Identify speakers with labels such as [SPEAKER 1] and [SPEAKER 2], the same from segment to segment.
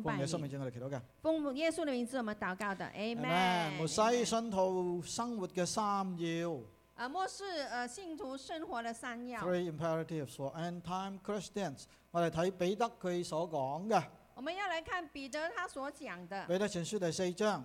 [SPEAKER 1] 崇拜你。
[SPEAKER 2] 奉耶穌名字，我哋祈禱嘅。
[SPEAKER 1] 奉耶穌的名字，我們禱告的
[SPEAKER 2] 咩？
[SPEAKER 1] ，Amen
[SPEAKER 2] 末。世信徒生活嘅三要
[SPEAKER 1] 啊，末世呃信徒生活的三要。
[SPEAKER 2] （three imperatives for end-time Christians）。我哋睇彼得佢所講嘅
[SPEAKER 1] 我們要來看彼得他所講
[SPEAKER 2] 《
[SPEAKER 1] 的《
[SPEAKER 2] 彼得前書》第四章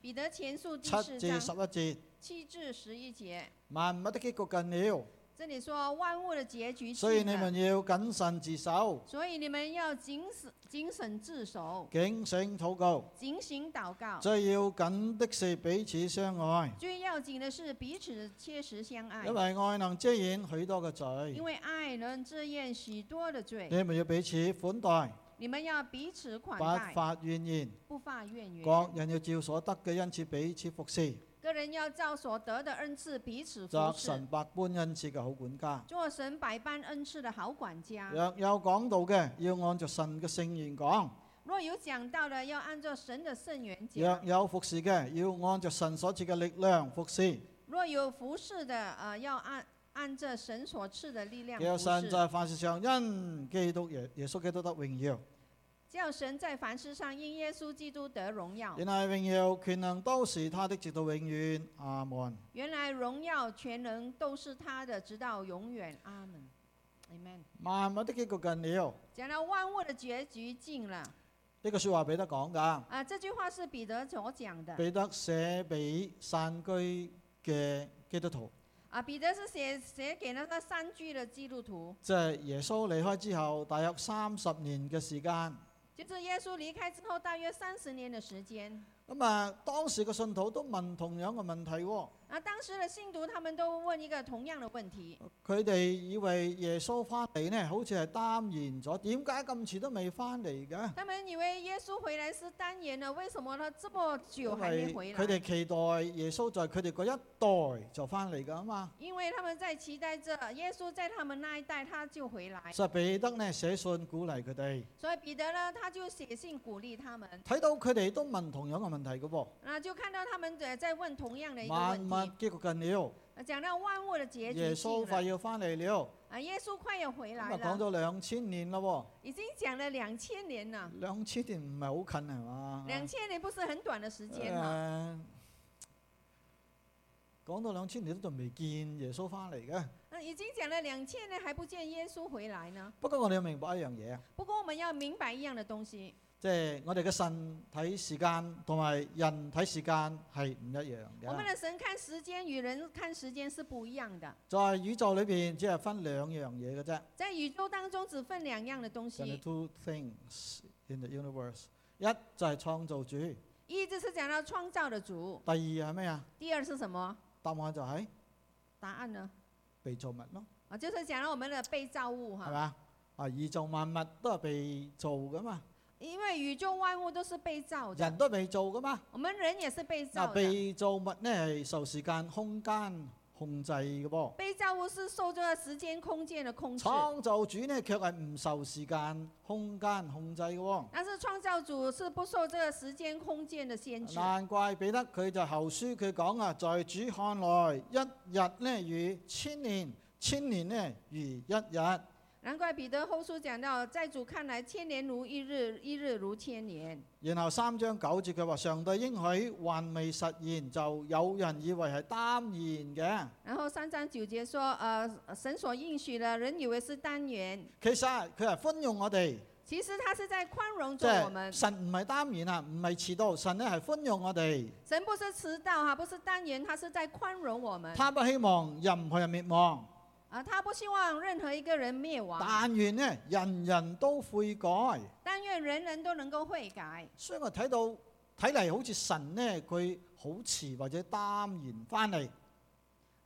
[SPEAKER 1] 彼得前書》第
[SPEAKER 2] 七
[SPEAKER 1] 四
[SPEAKER 2] 至
[SPEAKER 1] 章
[SPEAKER 2] 十一節，
[SPEAKER 1] 七至十一節，
[SPEAKER 2] 萬物的結局近了，
[SPEAKER 1] 这裡說萬物的結局
[SPEAKER 2] 所以
[SPEAKER 1] 近
[SPEAKER 2] 你
[SPEAKER 1] 了，
[SPEAKER 2] 們要謹慎自守，
[SPEAKER 1] 所以你們要谨慎、谨慎自守，
[SPEAKER 2] 警醒禱告。
[SPEAKER 1] 警醒禱告。
[SPEAKER 2] 最要緊的是彼此相愛，
[SPEAKER 1] 最要緊的是彼此切實相愛
[SPEAKER 2] 因，為愛能遮掩許多嘅罪
[SPEAKER 1] 因。為愛能遮掩許多的罪。
[SPEAKER 2] 你們要彼此款待，
[SPEAKER 1] 你們要彼此款
[SPEAKER 2] 不
[SPEAKER 1] 待，
[SPEAKER 2] 發怨言。
[SPEAKER 1] 不發怨
[SPEAKER 2] 各
[SPEAKER 1] 言。
[SPEAKER 2] 人要照所得嘅恩賜彼此服侍，
[SPEAKER 1] 個人要照所得的恩賜彼此服
[SPEAKER 2] 作
[SPEAKER 1] 侍
[SPEAKER 2] 神，百般恩賜嘅好管家。
[SPEAKER 1] 做神百般恩賜的好管家。
[SPEAKER 2] 若有講道嘅，要按照神嘅聖言講；
[SPEAKER 1] 若有講到的，要按照神的聖言
[SPEAKER 2] 若
[SPEAKER 1] 講；
[SPEAKER 2] 有服侍嘅，要按照神所賜嘅力量服侍。
[SPEAKER 1] 若有服侍的，呃，要按按着神所賜的力量
[SPEAKER 2] 叫
[SPEAKER 1] 服
[SPEAKER 2] 神
[SPEAKER 1] 侍。
[SPEAKER 2] 在凡事上因基督耶耶穌基督得榮耀，
[SPEAKER 1] 叫神在凡事上因耶穌基督得榮耀。
[SPEAKER 2] 然後榮耀權能都是他的，直到永遠。阿門。
[SPEAKER 1] 原來榮耀全能都是他的，直到永遠。阿门。Amen。
[SPEAKER 2] 萬物的結局近了，
[SPEAKER 1] 讲到萬物的結局近了
[SPEAKER 2] 呢句説話彼得講㗎。
[SPEAKER 1] 啊，這句話是彼得所講的。
[SPEAKER 2] 彼得寫俾散居嘅基督徒，
[SPEAKER 1] 啊，彼得是写写给那个三居的基督徒，
[SPEAKER 2] 即係耶穌離開之後，大約三十年嘅時間。
[SPEAKER 1] 就是耶穌离开之後大約三十年的時間。
[SPEAKER 2] 咁啊，當時嘅信徒都問同樣嘅問題喎、
[SPEAKER 1] 啊，當時的信徒他們都問一個同樣的問題，
[SPEAKER 2] 佢哋以為耶穌翻嚟呢，好似係擔言咗，點解咁遲都未翻嚟嘅？
[SPEAKER 1] 他們以為耶穌回來是單言的，為什麼他這麼久
[SPEAKER 2] 因
[SPEAKER 1] 還沒
[SPEAKER 2] 為
[SPEAKER 1] 回
[SPEAKER 2] 佢哋
[SPEAKER 1] 來？
[SPEAKER 2] 期待耶穌在佢哋嗰一代就翻嚟㗎嘛。
[SPEAKER 1] 因為他們在期待着耶穌在他們那一代他就回來，
[SPEAKER 2] 所以彼得呢寫信鼓勵佢哋，
[SPEAKER 1] 所以彼得呢他就寫信鼓勵他們，
[SPEAKER 2] 睇到佢哋都問同樣嘅問題嘅喎、
[SPEAKER 1] 那就看到他們在在問同樣的一個
[SPEAKER 2] 萬物
[SPEAKER 1] 問題，
[SPEAKER 2] 結局近了，
[SPEAKER 1] 啊講到萬物的結局
[SPEAKER 2] 耶穌
[SPEAKER 1] 性
[SPEAKER 2] 快
[SPEAKER 1] 了，
[SPEAKER 2] 要翻嚟了，
[SPEAKER 1] 啊，耶穌快要回
[SPEAKER 2] 咁
[SPEAKER 1] 來
[SPEAKER 2] 啊講
[SPEAKER 1] 了，
[SPEAKER 2] 咗兩千年啦喎，
[SPEAKER 1] 已經講了兩千年了。
[SPEAKER 2] 兩千年唔係好近係嘛？
[SPEAKER 1] 两啊千年不是很短的时间啊嘛？
[SPEAKER 2] 誒講呃到兩千年都仲未見耶穌翻嚟嘅。
[SPEAKER 1] 那已经讲了两千年还不见耶稣回来呢。
[SPEAKER 2] 不過我哋要明白一樣嘢啊，
[SPEAKER 1] 不過我們要明白一樣的東西，
[SPEAKER 2] 即係我哋嘅神睇時間同埋人睇時間係唔一樣
[SPEAKER 1] 我們
[SPEAKER 2] 嘅。
[SPEAKER 1] 的神看時間與人看時間是不一樣的。
[SPEAKER 2] 在宇宙裏邊，只係分兩樣嘢嘅啫。
[SPEAKER 1] 在宇宙當中只分兩樣的東
[SPEAKER 2] There are
[SPEAKER 1] 西，
[SPEAKER 2] two things in the universe，一就係創造主，第
[SPEAKER 1] 一就是講到創造的主，
[SPEAKER 2] 二係咩啊？
[SPEAKER 1] 第二是什麼？
[SPEAKER 2] 答案就係
[SPEAKER 1] 答案呢？
[SPEAKER 2] 被造物咯，
[SPEAKER 1] 啊，就是講到我們的被造物
[SPEAKER 2] 係
[SPEAKER 1] 哈，
[SPEAKER 2] 咪啊？啊，宇宙萬物都係被造噶嘛，
[SPEAKER 1] 因為宇宙萬物都是被造的，
[SPEAKER 2] 人都係被造噶嘛。
[SPEAKER 1] 我們人也是被
[SPEAKER 2] 嗱、
[SPEAKER 1] 造的。
[SPEAKER 2] 啊被造物呢係受時間、空間控制嘅噃。
[SPEAKER 1] 被造物是受這個時間空間的控制，
[SPEAKER 2] 創造主呢，卻係唔受時間、空間控制嘅喎。
[SPEAKER 1] 但是創造主是不受這個時間空間的限制。
[SPEAKER 2] 難怪彼得佢就後書佢講啊，在主看來，一日呢如千年，千年呢如一日。
[SPEAKER 1] 难怪彼得后书讲到，在主看来，千年如一日，一日如千年。
[SPEAKER 2] 然後三章九節佢話：上帝應許還未實現，就有人以為係擔言
[SPEAKER 1] 然後三章九节说，呃，神所应许的，人以为是单元，
[SPEAKER 2] 嘅。其實佢係寬容我哋，
[SPEAKER 1] 其实他是在宽容
[SPEAKER 2] 即
[SPEAKER 1] 着我
[SPEAKER 2] 係
[SPEAKER 1] 们。
[SPEAKER 2] 神唔係擔言啊，唔係遲到，神呢係寬容我哋。
[SPEAKER 1] 神不是迟到哈，不是单元，他是在宽容我们。
[SPEAKER 2] 他不希望任何人滅亡，
[SPEAKER 1] 啊，他不希望任何一个人灭亡，
[SPEAKER 2] 但願呢人人都悔改。
[SPEAKER 1] 但愿人人都能够悔改。
[SPEAKER 2] 所以我睇到睇嚟好似神呢，佢好遲或者擔言翻嚟，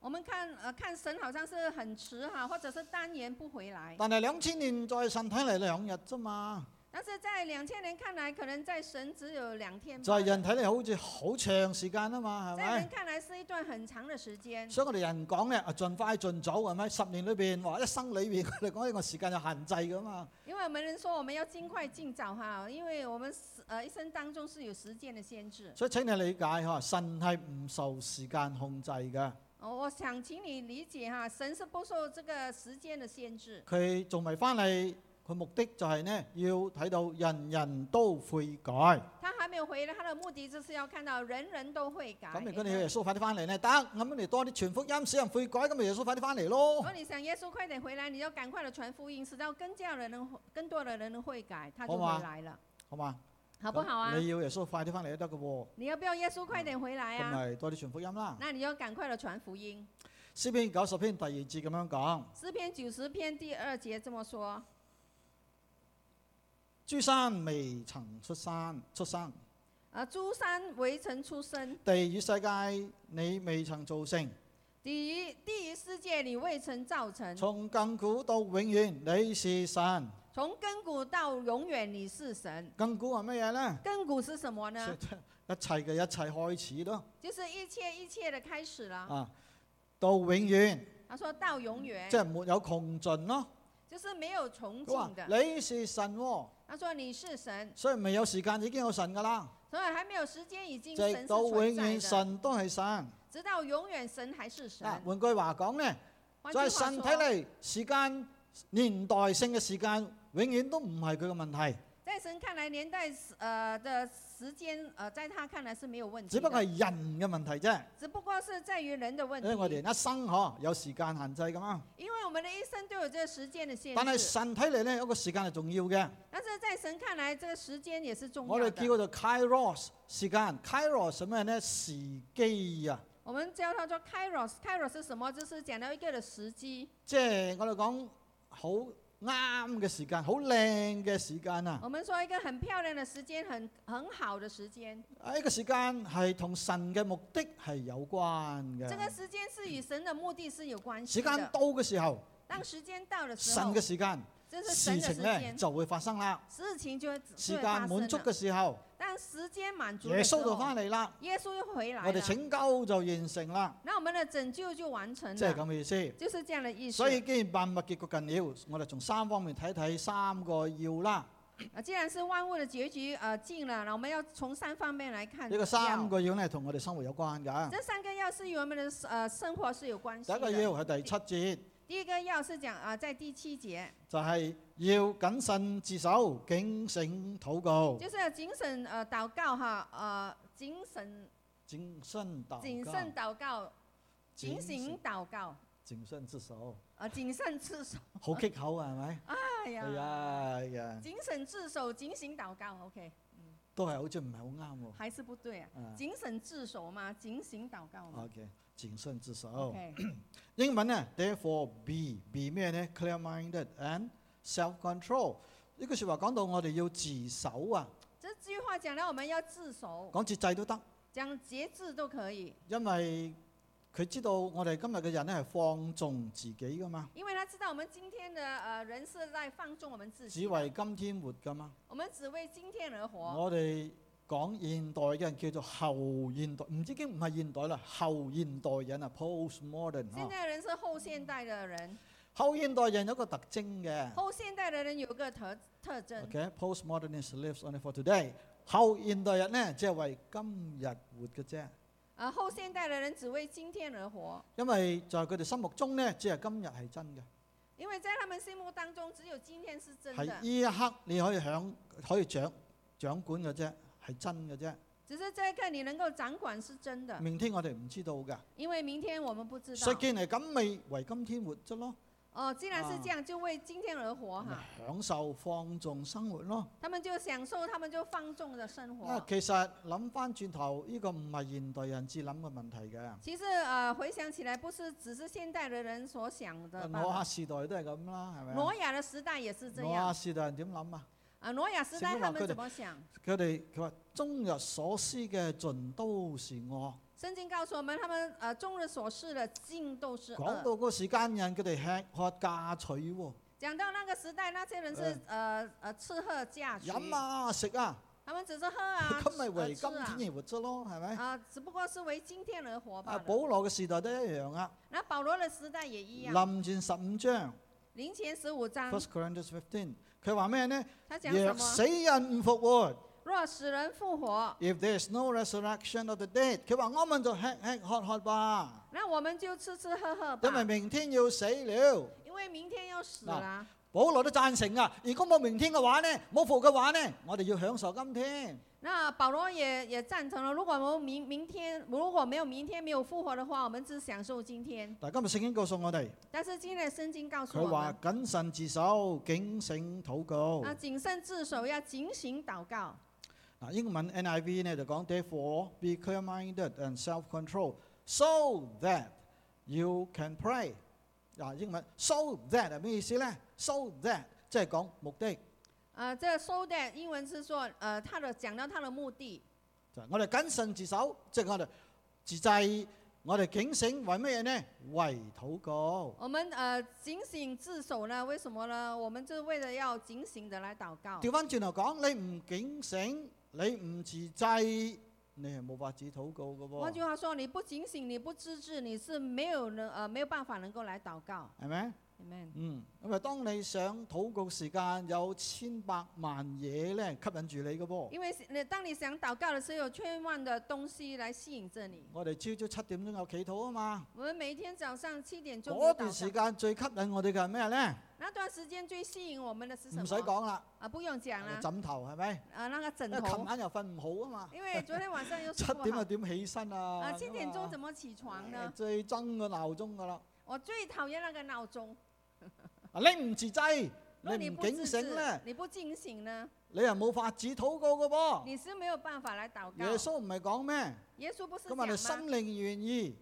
[SPEAKER 1] 我们看，呃，看神好像是很迟哈，或者是单言不回来。
[SPEAKER 2] 但係兩千年在神睇嚟兩日啫嘛，
[SPEAKER 1] 但是在两千年看来，可能在神只有两天
[SPEAKER 2] 在
[SPEAKER 1] 半。
[SPEAKER 2] 人睇嚟好似好長時間啊嘛，係
[SPEAKER 1] 在人
[SPEAKER 2] 咪？
[SPEAKER 1] 看来是一段很長的時間，
[SPEAKER 2] 所以我哋人講咧，啊盡快盡早係咪？十年裏邊或一生裏邊，我哋講呢個時間有限制噶嘛。
[SPEAKER 1] 因為我們人說我們要盡快盡早哈，因為我們是呃一生當中是有時間的限制。
[SPEAKER 2] 所以請你理解嚇，神係唔受時間控制嘅，
[SPEAKER 1] 哦，我想請你理解哈，神是不受這個時間的限制，
[SPEAKER 2] 佢仲未翻嚟，佢佢目的就係呢，要睇到人人都悔改。咁
[SPEAKER 1] 他还没有回来，他的目的就是要看到人人都会改。
[SPEAKER 2] 如果你要耶穌快啲翻嚟呢，得咁你多啲傳福音，使人悔改，咁咪耶穌快啲翻嚟
[SPEAKER 1] 如
[SPEAKER 2] 咯
[SPEAKER 1] 果。你想耶稣快点回来，你就赶快的传福音，直到更加的人更多的人会改，他就
[SPEAKER 2] 好嘛
[SPEAKER 1] 回来了，
[SPEAKER 2] 好嘛？
[SPEAKER 1] 好不好啊
[SPEAKER 2] 咁？你要耶穌快啲翻嚟都得嘅喎，
[SPEAKER 1] 你要不要耶稣快点回来
[SPEAKER 2] 咁
[SPEAKER 1] 啊？
[SPEAKER 2] 咪多啲傳福音啦。
[SPEAKER 1] 那你要赶快的传福音。
[SPEAKER 2] 詩篇九十篇第二節咁樣講：
[SPEAKER 1] 诗篇九十篇第二节这么说：
[SPEAKER 2] 諸山未曾出山，出生；
[SPEAKER 1] 啊，诸山围城出生，
[SPEAKER 2] 地與世界你未曾造成，
[SPEAKER 1] 第一第一世界你未曾造成，
[SPEAKER 2] 從亘古到永遠，你是神。
[SPEAKER 1] 从亘古到永远你是神。
[SPEAKER 2] 亘古係乜嘢呢？
[SPEAKER 1] 亘古是什么呢？
[SPEAKER 2] 一切嘅一切開始咯，
[SPEAKER 1] 就是一切一切的开始了。
[SPEAKER 2] 啊，到永遠，
[SPEAKER 1] 他说到永远
[SPEAKER 2] 即，係沒有窮盡咯。
[SPEAKER 1] 就是没有穷
[SPEAKER 2] 佢話
[SPEAKER 1] 尽的。
[SPEAKER 2] 你是神喎，
[SPEAKER 1] 他说你是神，
[SPEAKER 2] 雖然未有時間已經有神噶啦，
[SPEAKER 1] 所以还没有时间，已经神
[SPEAKER 2] 直
[SPEAKER 1] 是
[SPEAKER 2] 到永
[SPEAKER 1] 存在
[SPEAKER 2] 遠
[SPEAKER 1] 的，
[SPEAKER 2] 神都係神。嗱，
[SPEAKER 1] 直到永远神还是神。
[SPEAKER 2] 換句話講呢，
[SPEAKER 1] 换句
[SPEAKER 2] 在
[SPEAKER 1] 话
[SPEAKER 2] 神睇
[SPEAKER 1] 说，
[SPEAKER 2] 嚟，時間年代性嘅時間永遠都唔係佢嘅問題，
[SPEAKER 1] 在神看来，年代呃的时间呃，在他看来是没有问题
[SPEAKER 2] 只不過
[SPEAKER 1] 的，
[SPEAKER 2] 係人嘅問題啫。
[SPEAKER 1] 只不过是在于人的问
[SPEAKER 2] 因哎為我
[SPEAKER 1] 题。
[SPEAKER 2] 哋一生嗬有時間限制噶嘛，
[SPEAKER 1] 因为我们的一生都有这个时间的限
[SPEAKER 2] 但係
[SPEAKER 1] 制，
[SPEAKER 2] 神睇嚟呢，有一個時間係重要嘅。
[SPEAKER 1] 但是在神看来，这个时间也是重
[SPEAKER 2] 我哋
[SPEAKER 1] 要
[SPEAKER 2] 叫
[SPEAKER 1] 的。
[SPEAKER 2] 佢做 Kairos 時間，Kairos 係咩呢？時機啊，
[SPEAKER 1] 我们叫它做 kairos，kairos 是什么？就是讲到一个的时机。
[SPEAKER 2] 即係我哋講好啱嘅時間，好靚嘅時間啊！
[SPEAKER 1] 我们说一个很漂亮的时间，很很好的时间，
[SPEAKER 2] 啊，呢個時間係同神嘅目的係有關
[SPEAKER 1] 这个
[SPEAKER 2] 嘅。
[SPEAKER 1] 时间是與神的目的是有关系
[SPEAKER 2] 時
[SPEAKER 1] 的。
[SPEAKER 2] 間啊到嘅時候，
[SPEAKER 1] 当时间到的时
[SPEAKER 2] 神
[SPEAKER 1] 候
[SPEAKER 2] 嘅，時間，
[SPEAKER 1] 这是
[SPEAKER 2] 事
[SPEAKER 1] 神的时
[SPEAKER 2] 情哎呢
[SPEAKER 1] 间，
[SPEAKER 2] 就會發生啦。
[SPEAKER 1] 事情就会
[SPEAKER 2] 時
[SPEAKER 1] 就会
[SPEAKER 2] 間
[SPEAKER 1] 发
[SPEAKER 2] 滿
[SPEAKER 1] 生
[SPEAKER 2] 足
[SPEAKER 1] 了。
[SPEAKER 2] 嘅時候，
[SPEAKER 1] 当时间满足
[SPEAKER 2] 耶
[SPEAKER 1] 的时
[SPEAKER 2] 穌就
[SPEAKER 1] 候，
[SPEAKER 2] 翻嚟啦，
[SPEAKER 1] 耶稣又回来
[SPEAKER 2] 我哋
[SPEAKER 1] 了，
[SPEAKER 2] 拯救就完成啦，
[SPEAKER 1] 那我们的拯救就完成
[SPEAKER 2] 即係
[SPEAKER 1] 了，
[SPEAKER 2] 咁嘅意思。
[SPEAKER 1] 就是这样的意思
[SPEAKER 2] 所。以既然萬物結局近了，我哋從三方面睇睇三個要啦。
[SPEAKER 1] 啊，既然是万物的结局呃尽了，那我们要从三方面来看。
[SPEAKER 2] 呢個三個要呢，同我哋生活有關㗎。
[SPEAKER 1] 这三个要是与我们的呃生活是有关系
[SPEAKER 2] 第一個
[SPEAKER 1] 的。
[SPEAKER 2] 要係第七節，
[SPEAKER 1] 第一个要是讲啊、呃在第七节，
[SPEAKER 2] 就係、要謹慎自守、警醒禱告、
[SPEAKER 1] 就是要谨慎呃祷告哈，呃谨慎
[SPEAKER 2] 警身禱告、
[SPEAKER 1] 谨慎祷告，
[SPEAKER 2] 警
[SPEAKER 1] 警醒祷告，
[SPEAKER 2] 警身自守，
[SPEAKER 1] 呃谨慎自守。
[SPEAKER 2] 好棘口啊，係咪？
[SPEAKER 1] 哎
[SPEAKER 2] 係
[SPEAKER 1] 呀，
[SPEAKER 2] 啊，係啊，
[SPEAKER 1] 谨慎自守，警醒祷告，OK，
[SPEAKER 2] 都係好似唔係好啱喎。
[SPEAKER 1] 还是不对啊。
[SPEAKER 2] 啊
[SPEAKER 1] 谨慎自守嘛，警醒祷告嘛。
[SPEAKER 2] ，OK，警身自守。
[SPEAKER 1] OK，
[SPEAKER 2] 英文呢 t h e r e f o r e be be 咩呢 Clear-minded and self-control。呢句説話講到我哋要自守啊，
[SPEAKER 1] 这句话讲到我们要自守，
[SPEAKER 2] 講節制都得，
[SPEAKER 1] 讲节制都可以，
[SPEAKER 2] 因為佢知道我哋今日嘅人呢係放縱自己噶嘛，
[SPEAKER 1] 因为他知道我们今天的呃人是在放纵我们自己
[SPEAKER 2] 只
[SPEAKER 1] 的，
[SPEAKER 2] 為今天活噶嘛。
[SPEAKER 1] 我们只为今天而活。
[SPEAKER 2] 我哋講現代嘅人叫做後現代，唔知已經唔係現代啦，後現代人啊，postmodern
[SPEAKER 1] 现
[SPEAKER 2] 啊。
[SPEAKER 1] 在的人是后现代的人，
[SPEAKER 2] 後現代人有一個特徵嘅。
[SPEAKER 1] 后现代的人有个特特征，
[SPEAKER 2] Okay, postmodernist lives only for today。後現代人呢，只係為今日活嘅啫，
[SPEAKER 1] 呃，后现代的人只为今天而活，
[SPEAKER 2] 因為在佢哋心目中呢，只係今日係真嘅，
[SPEAKER 1] 因为在他们心目当中，只有今天是真
[SPEAKER 2] 係
[SPEAKER 1] 的，
[SPEAKER 2] 呢一刻你可以享可以掌掌管嘅啫，係真嘅啫。
[SPEAKER 1] 只是这一刻你能够掌管是真的，
[SPEAKER 2] 明天我哋唔知道㗎，
[SPEAKER 1] 因为明天我们不知
[SPEAKER 2] 嗯所以
[SPEAKER 1] 道。
[SPEAKER 2] 既然係咁，咪為今天活啫咯，
[SPEAKER 1] 哦，既然是这
[SPEAKER 2] 啊
[SPEAKER 1] 样，就为今天而活哈
[SPEAKER 2] 咪。享受放縱生活咯。
[SPEAKER 1] 他们就享受，他们就放纵的生
[SPEAKER 2] 啊
[SPEAKER 1] 活，。
[SPEAKER 2] 其實諗翻轉頭，呢、個唔係現代人至諗嘅問題嘅，啊
[SPEAKER 1] 其实呃，回想起来，不是只是現代的人所想的吧。
[SPEAKER 2] 啊挪亞時代都係咁啦，係咪
[SPEAKER 1] 挪
[SPEAKER 2] 啊？
[SPEAKER 1] 亚的时代也是这
[SPEAKER 2] 挪
[SPEAKER 1] 样
[SPEAKER 2] 亞時代人點諗啊？
[SPEAKER 1] 啊。挪亚时代
[SPEAKER 2] 聖經話
[SPEAKER 1] 他
[SPEAKER 2] 佢哋
[SPEAKER 1] 们怎么想？
[SPEAKER 2] 佢哋佢話：終日所思嘅盡都是惡。
[SPEAKER 1] 圣经告诉我们，他们呃终日所事的尽都是
[SPEAKER 2] 講到
[SPEAKER 1] 恶。
[SPEAKER 2] 嗰個時間人，佢哋吃喝嫁娶喎，
[SPEAKER 1] 讲到那个时代，那些人是呃呃吃喝嫁娶，
[SPEAKER 2] 飲啊食啊，
[SPEAKER 1] 他们只是喝 啊，
[SPEAKER 2] 咁咪為
[SPEAKER 1] 呃
[SPEAKER 2] 今
[SPEAKER 1] 吃
[SPEAKER 2] 天而活啫咯，係咪？
[SPEAKER 1] 啊，啊，只不过是為今天而活罢
[SPEAKER 2] 啊，
[SPEAKER 1] 了。
[SPEAKER 2] 保羅嘅時代都一樣啊。
[SPEAKER 1] 那保罗的时代也一样。
[SPEAKER 2] 林前十五
[SPEAKER 1] 啊
[SPEAKER 2] 章
[SPEAKER 1] 林前十五章
[SPEAKER 2] ，First Corinthians fifteen，佢話咩呢？
[SPEAKER 1] 他讲什啊
[SPEAKER 2] 若
[SPEAKER 1] 么？
[SPEAKER 2] 死人唔復活
[SPEAKER 1] 若使人复活，
[SPEAKER 2] ，if there is no resurrection of the dead，佢話我們就吃吃喝喝吧，
[SPEAKER 1] 那我们就吃吃喝喝
[SPEAKER 2] 因
[SPEAKER 1] 吧，
[SPEAKER 2] 為明天要死了。
[SPEAKER 1] 因为明天要死
[SPEAKER 2] 嗱
[SPEAKER 1] 了。
[SPEAKER 2] 保羅都贊成啊！如果冇明天嘅話呢，冇服嘅話呢，我哋要享受今天。
[SPEAKER 1] 那保罗也也赞成了，如果我们明明天如果没有明天没有复活的话，我们只享受今天。
[SPEAKER 2] 但今日聖經告訴我哋，
[SPEAKER 1] 但是今天的圣经告诉
[SPEAKER 2] 佢
[SPEAKER 1] 我
[SPEAKER 2] 話
[SPEAKER 1] 们，
[SPEAKER 2] 謹慎自守，警醒禱告。
[SPEAKER 1] 啊，谨慎自守，要警醒祷告。
[SPEAKER 2] 嗱，英文 NIV 呢就講 Therefore be clear-minded and self-control, so that you can pray。嗱，英文 so that à, 係咩意思呢？so that 即係講目的。
[SPEAKER 1] 呃，这 so that 英文是说，呃，他的讲到他的目的，
[SPEAKER 2] 就係我哋謹慎自守，即係我哋自制，我哋警醒，為乜嘢呢？為禱告。
[SPEAKER 1] 我们呃警醒自守呢？为什么呢？我们就是为了要警醒的来祷告。
[SPEAKER 2] 調翻轉頭講，你唔警醒，你唔自制，你係冇法子禱告嘅
[SPEAKER 1] 换句
[SPEAKER 2] 喎，
[SPEAKER 1] 话说，你不警醒，你不自制，你是没有能呃没有办法能够来祷告。
[SPEAKER 2] 係咪？
[SPEAKER 1] Amen。
[SPEAKER 2] 嗯，因為當你想禱告時間有千百萬嘢咧吸引住你嘅噃。
[SPEAKER 1] 因为是那当你想祷告的时候，有千万的东西来吸引着你。
[SPEAKER 2] 我哋朝朝七點鐘有祈禱啊嘛，
[SPEAKER 1] 我们每天早上七点钟
[SPEAKER 2] 嗰段時
[SPEAKER 1] 祷告，
[SPEAKER 2] 間最吸引我哋嘅係咩咧？
[SPEAKER 1] 那段时间最吸引我们的是什么？
[SPEAKER 2] 唔使講啦，
[SPEAKER 1] 啊，不用讲啦，
[SPEAKER 2] 枕頭係咪？
[SPEAKER 1] 呃，那个枕
[SPEAKER 2] 因為琴
[SPEAKER 1] 头，
[SPEAKER 2] 晚又瞓唔好啊嘛，
[SPEAKER 1] 因为昨天晚上又
[SPEAKER 2] 七
[SPEAKER 1] 睡不
[SPEAKER 2] 點
[SPEAKER 1] 好
[SPEAKER 2] 啊，點起身啊？
[SPEAKER 1] 啊，七点
[SPEAKER 2] 咁啊
[SPEAKER 1] 钟怎么起床呢？
[SPEAKER 2] 最憎個鬧鐘㗎啦！
[SPEAKER 1] 我最讨厌那个闹钟。
[SPEAKER 2] 啊你唔自制，
[SPEAKER 1] 若
[SPEAKER 2] 你唔
[SPEAKER 1] 不
[SPEAKER 2] 警
[SPEAKER 1] 自
[SPEAKER 2] 醒
[SPEAKER 1] 制
[SPEAKER 2] 咧，，
[SPEAKER 1] 你不警醒呢，
[SPEAKER 2] 你又冇法子禱告嘅噃。
[SPEAKER 1] 你是没有办法来祷
[SPEAKER 2] 耶
[SPEAKER 1] 告。
[SPEAKER 2] 穌唔係講咩？
[SPEAKER 1] 耶稣不是
[SPEAKER 2] 咁我哋心
[SPEAKER 1] 讲吗？
[SPEAKER 2] 靈願意，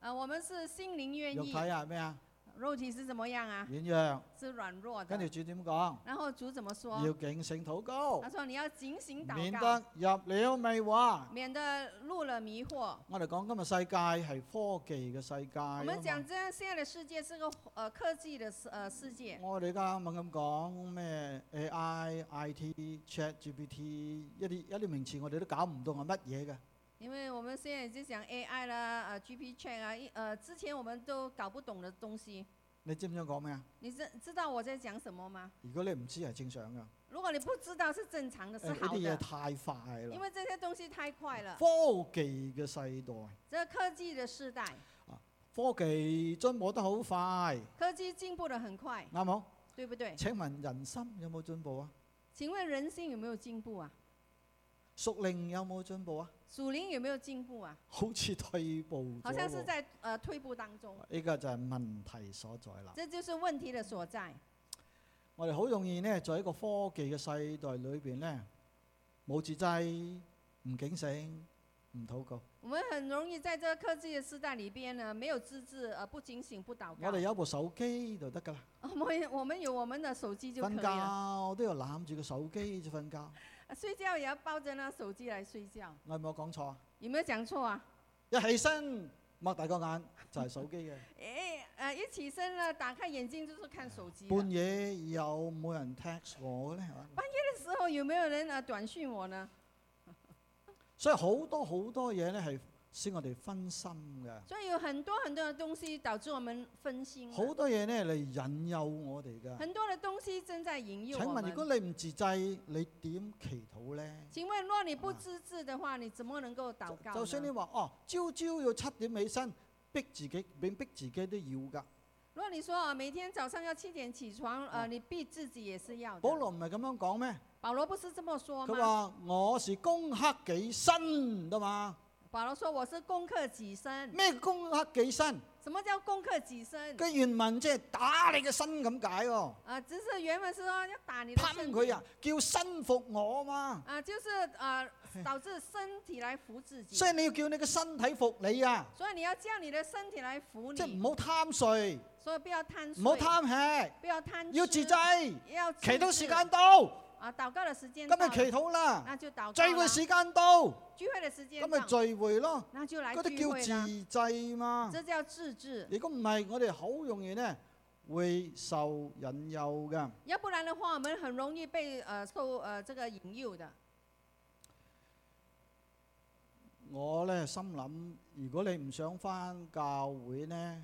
[SPEAKER 1] 啊，我们是心灵愿
[SPEAKER 2] 肉體
[SPEAKER 1] 意，
[SPEAKER 2] 係咩啊？
[SPEAKER 1] 肉体是怎么样啊？
[SPEAKER 2] 軟弱。
[SPEAKER 1] 是软弱
[SPEAKER 2] 跟
[SPEAKER 1] 的
[SPEAKER 2] 住。主點講？
[SPEAKER 1] 然后主怎么说？
[SPEAKER 2] 要警醒禱告
[SPEAKER 1] 他，说你要警醒祷
[SPEAKER 2] 免
[SPEAKER 1] 告，
[SPEAKER 2] 得入了迷惑。
[SPEAKER 1] 免得入了迷惑。
[SPEAKER 2] 我哋講今日世界係科技嘅世界啊
[SPEAKER 1] 我
[SPEAKER 2] 嘛
[SPEAKER 1] 们讲这样，现在的世界是个呃科技的世呃世界。
[SPEAKER 2] 我哋而家猛咁講咩 AI、IT、ChatGPT 一啲一啲名詞，我哋都搞唔到係乜嘢嘅。
[SPEAKER 1] 因为我们现在已经讲 AI 啦，呃 GP Chat 啊，一呃之前我们都搞不懂的东西。
[SPEAKER 2] 你知唔知我講咩啊？
[SPEAKER 1] 你知知道我在讲什么吗？
[SPEAKER 2] 如果你唔知係正常嘅，
[SPEAKER 1] 如果你不知道是正常的，是
[SPEAKER 2] 誒呢
[SPEAKER 1] 好
[SPEAKER 2] 啲嘢
[SPEAKER 1] 的，
[SPEAKER 2] 太快
[SPEAKER 1] 因啊
[SPEAKER 2] 啦。
[SPEAKER 1] 为这些东西太快了。
[SPEAKER 2] 科技嘅世代，
[SPEAKER 1] 这科技的时代，
[SPEAKER 2] 科技進步得好快，
[SPEAKER 1] 科技进步的很快，
[SPEAKER 2] 啱冇？
[SPEAKER 1] 对不对？
[SPEAKER 2] 請問人心有冇進步啊？
[SPEAKER 1] 请问人性有没有进步啊？
[SPEAKER 2] 屬靈有冇進步啊？
[SPEAKER 1] 属灵有没有进步啊？
[SPEAKER 2] 好似退步
[SPEAKER 1] 好
[SPEAKER 2] 咗
[SPEAKER 1] 像是
[SPEAKER 2] 喎。
[SPEAKER 1] 在呃退步当中，
[SPEAKER 2] 呢個就係問題所在啦。
[SPEAKER 1] 这就是问题的所在。
[SPEAKER 2] 我哋好容易呢，在一個科技嘅世代裏邊呢，冇自制、唔警醒、唔禱告。
[SPEAKER 1] 我们很容易在这个科技的时代里边呢，没有资质，呃，不警醒，不祷告。哦
[SPEAKER 2] 我哋有部手機就得㗎啦，
[SPEAKER 1] 我们我们有我们的手机就可
[SPEAKER 2] 瞓
[SPEAKER 1] 以啊了，
[SPEAKER 2] 覺都要攬住個手機就瞓覺。
[SPEAKER 1] 啊睡觉也要抱着那手机来睡觉。
[SPEAKER 2] 我有冇講錯啊？
[SPEAKER 1] 有没有讲错啊？
[SPEAKER 2] 一起身擘大個眼就係手機嘅，
[SPEAKER 1] 哎，呃，一起身呢，打开眼睛就是看手机了。
[SPEAKER 2] 半夜有冇人 text 我呢？係嘛
[SPEAKER 1] 那时候有没有人呃短讯我呢？
[SPEAKER 2] 所以好多好多嘢呢，係使我哋分心嘅，
[SPEAKER 1] 所以有很多很多的东西导致我们分心了，
[SPEAKER 2] 好多嘢呢嚟引誘我哋㗎。
[SPEAKER 1] 很多的东西正在引诱
[SPEAKER 2] 請
[SPEAKER 1] 我
[SPEAKER 2] 問，如
[SPEAKER 1] 们。
[SPEAKER 2] 果你唔自制，你點祈禱呢？
[SPEAKER 1] 请问，若你不自制的话，你怎么能够祷
[SPEAKER 2] 就
[SPEAKER 1] 告
[SPEAKER 2] 就算你
[SPEAKER 1] 呢？
[SPEAKER 2] 話哦，朝朝要七點起身，逼自己，你逼自己都要㗎。
[SPEAKER 1] 若你说啊，每天早上要七点起床，
[SPEAKER 2] 啊
[SPEAKER 1] 呃，你逼自己也是要的。
[SPEAKER 2] 保羅唔係咁樣講咩？
[SPEAKER 1] 保罗不是这么说
[SPEAKER 2] 佢
[SPEAKER 1] 吗？
[SPEAKER 2] 話我是攻克己身㗎嘛。
[SPEAKER 1] 保罗说我是攻克己身。
[SPEAKER 2] 咩攻克己身？
[SPEAKER 1] 什么叫攻克己身？
[SPEAKER 2] 佢原文即係打你嘅身咁解喎，
[SPEAKER 1] 啊，只是原本是说要打你的
[SPEAKER 2] 噴
[SPEAKER 1] 身
[SPEAKER 2] 佢
[SPEAKER 1] 体
[SPEAKER 2] 啊，叫身服我嘛。
[SPEAKER 1] 啊，就是 呃，导致身体来服自己。
[SPEAKER 2] 所以你要叫你嘅身體服你啊，
[SPEAKER 1] 所以你要叫你的身体来服
[SPEAKER 2] 即係
[SPEAKER 1] 你，
[SPEAKER 2] 唔好貪睡，
[SPEAKER 1] 所以不要贪睡，
[SPEAKER 2] 唔好貪吃，
[SPEAKER 1] 不要贪吃，
[SPEAKER 2] 要自制。
[SPEAKER 1] 要自
[SPEAKER 2] 祈禱
[SPEAKER 1] 制
[SPEAKER 2] 時間到，
[SPEAKER 1] 啊，祷告的时间
[SPEAKER 2] 今
[SPEAKER 1] 到了，
[SPEAKER 2] 日祈禱啦，
[SPEAKER 1] 那就祷告
[SPEAKER 2] 聚會
[SPEAKER 1] 啊啦
[SPEAKER 2] 時間到，
[SPEAKER 1] 聚会的时
[SPEAKER 2] 今
[SPEAKER 1] 间
[SPEAKER 2] 日
[SPEAKER 1] 到，
[SPEAKER 2] 聚會咯。
[SPEAKER 1] 那就来
[SPEAKER 2] 嗰
[SPEAKER 1] 聚
[SPEAKER 2] 啲
[SPEAKER 1] 会
[SPEAKER 2] 叫
[SPEAKER 1] 啦，
[SPEAKER 2] 自制嘛。
[SPEAKER 1] 这叫自制。
[SPEAKER 2] 如果唔係，我哋好容易呢會受引誘嘅。
[SPEAKER 1] 要不然的话，我们很容易被呃受呃这个引诱的。
[SPEAKER 2] 我呢心諗，如果你唔想翻教會呢，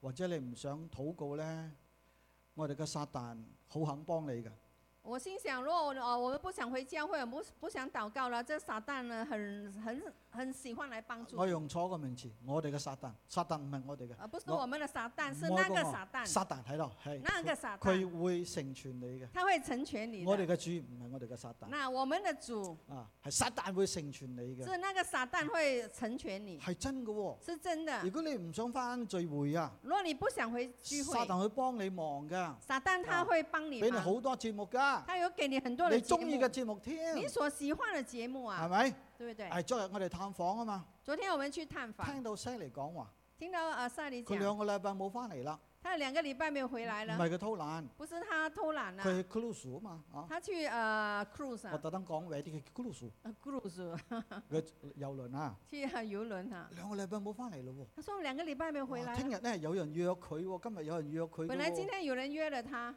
[SPEAKER 2] 或者你唔想禱告呢，我哋嘅撒旦好肯幫你嘅。
[SPEAKER 1] 我心想，如果我哦，我们不想回教会，我们不不想祷告了，这撒旦呢，很很很喜欢来帮助
[SPEAKER 2] 我。用錯個名詞，我哋嘅撒旦，撒旦唔係我哋嘅，
[SPEAKER 1] 啊，不是
[SPEAKER 2] 我
[SPEAKER 1] 我们的撒旦，是
[SPEAKER 2] 唔
[SPEAKER 1] 那
[SPEAKER 2] 係
[SPEAKER 1] 个
[SPEAKER 2] 嗰個
[SPEAKER 1] 撒旦，
[SPEAKER 2] 撒旦喺度，係
[SPEAKER 1] 那个撒旦，
[SPEAKER 2] 佢會成全你嘅。
[SPEAKER 1] 他会成全你
[SPEAKER 2] 我哋
[SPEAKER 1] 的。
[SPEAKER 2] 嘅主唔係我哋嘅撒旦，
[SPEAKER 1] 那我们的主
[SPEAKER 2] 啊，係撒旦會成全你嘅，
[SPEAKER 1] 是那个撒旦会成全你，
[SPEAKER 2] 係真嘅喎。
[SPEAKER 1] 是啊真的
[SPEAKER 2] 如。果你唔想翻聚會啊，
[SPEAKER 1] 如果你不想回聚
[SPEAKER 2] 撒
[SPEAKER 1] 会，
[SPEAKER 2] 旦會幫你忙㗎，
[SPEAKER 1] 撒旦他
[SPEAKER 2] 啊
[SPEAKER 1] 会帮你
[SPEAKER 2] 俾你
[SPEAKER 1] 忙，
[SPEAKER 2] 好多節目㗎，
[SPEAKER 1] 他有给你很多的
[SPEAKER 2] 你
[SPEAKER 1] 节
[SPEAKER 2] 中意嘅
[SPEAKER 1] 目，
[SPEAKER 2] 節目添，
[SPEAKER 1] 你所喜欢的节目
[SPEAKER 2] 係
[SPEAKER 1] 啊，
[SPEAKER 2] 咪？
[SPEAKER 1] 对不对？
[SPEAKER 2] 係哎昨日我哋探訪啊嘛，
[SPEAKER 1] 昨天我们去探访，
[SPEAKER 2] 聽到西嚟講話，
[SPEAKER 1] 听到呃赛里
[SPEAKER 2] 佢
[SPEAKER 1] 讲，
[SPEAKER 2] 兩個禮拜冇翻嚟啦，
[SPEAKER 1] 他有两个礼拜没有回来
[SPEAKER 2] 唔
[SPEAKER 1] 了，
[SPEAKER 2] 係佢偷懶，
[SPEAKER 1] 不是他偷懒了、
[SPEAKER 2] 佢去 close 啊嘛，啊，
[SPEAKER 1] 他去呃 cruise
[SPEAKER 2] 我
[SPEAKER 1] 啊
[SPEAKER 2] 特登講為啲佢 close
[SPEAKER 1] 呃，cruise
[SPEAKER 2] 嘅遊輪啊，
[SPEAKER 1] 去呃游轮啊。
[SPEAKER 2] 兩個禮拜冇翻嚟咯
[SPEAKER 1] 他说两个礼拜没有
[SPEAKER 2] 喎，
[SPEAKER 1] 回
[SPEAKER 2] 哇
[SPEAKER 1] 来
[SPEAKER 2] 聽
[SPEAKER 1] 了，
[SPEAKER 2] 日咧有人約佢喎，今日有人約佢
[SPEAKER 1] 本来今
[SPEAKER 2] 嘅喎，
[SPEAKER 1] 天有人約了他，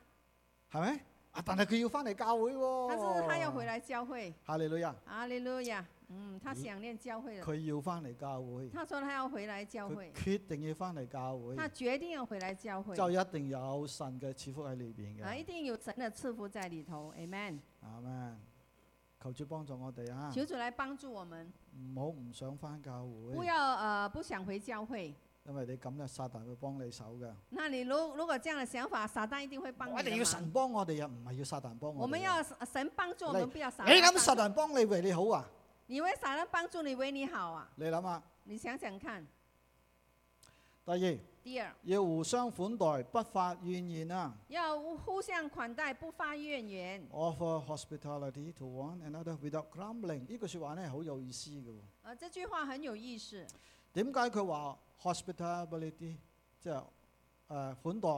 [SPEAKER 2] 係咪？啊，但係佢要翻嚟教會喎，
[SPEAKER 1] 但是他要回來教会。
[SPEAKER 2] 哈利路亞，
[SPEAKER 1] 阿利路亚，嗯，他想念教会了。
[SPEAKER 2] 佢要翻嚟教會，
[SPEAKER 1] 他说他要回來教
[SPEAKER 2] 佢
[SPEAKER 1] 会，
[SPEAKER 2] 決定要翻嚟教會，
[SPEAKER 1] 他決定要回來教会，
[SPEAKER 2] 就一定有神嘅賜福喺裏邊
[SPEAKER 1] 啊，一
[SPEAKER 2] 嘅，
[SPEAKER 1] 定有神的赐福在里頭。Amen。
[SPEAKER 2] 阿咩？求主幫助我哋啊！
[SPEAKER 1] 求主來幫助我們，
[SPEAKER 2] 唔好唔想翻教會
[SPEAKER 1] 不。要呃不想回教会。
[SPEAKER 2] 因為你咁咧，撒旦會幫你手嘅。
[SPEAKER 1] 那你如如果這樣的想法，撒旦一定會幫
[SPEAKER 2] 我
[SPEAKER 1] 你的
[SPEAKER 2] 哋要
[SPEAKER 1] 嘛。
[SPEAKER 2] 神幫我哋啊，唔係要撒旦幫
[SPEAKER 1] 我
[SPEAKER 2] 哋
[SPEAKER 1] 們
[SPEAKER 2] 啊。
[SPEAKER 1] 要神幫助我
[SPEAKER 2] 嚟
[SPEAKER 1] 們，不要撒
[SPEAKER 2] 你
[SPEAKER 1] 旦
[SPEAKER 2] 諗撒
[SPEAKER 1] 幫助。
[SPEAKER 2] 旦幫你為你好啊？
[SPEAKER 1] 你以為撒旦幫助你為你好啊？
[SPEAKER 2] 你諗下。
[SPEAKER 1] 你想想看。
[SPEAKER 2] 第二，
[SPEAKER 1] 第二，
[SPEAKER 2] 要互相款待，不發怨言啊。
[SPEAKER 1] 要互相款待，不發怨言。
[SPEAKER 2] Offer hospitality to one another without grumbling。呢句説話咧好有意思嘅喎。
[SPEAKER 1] 呃，這句話很有意思。
[SPEAKER 2] 點解佢話 hospitality 即係誒、呃款待，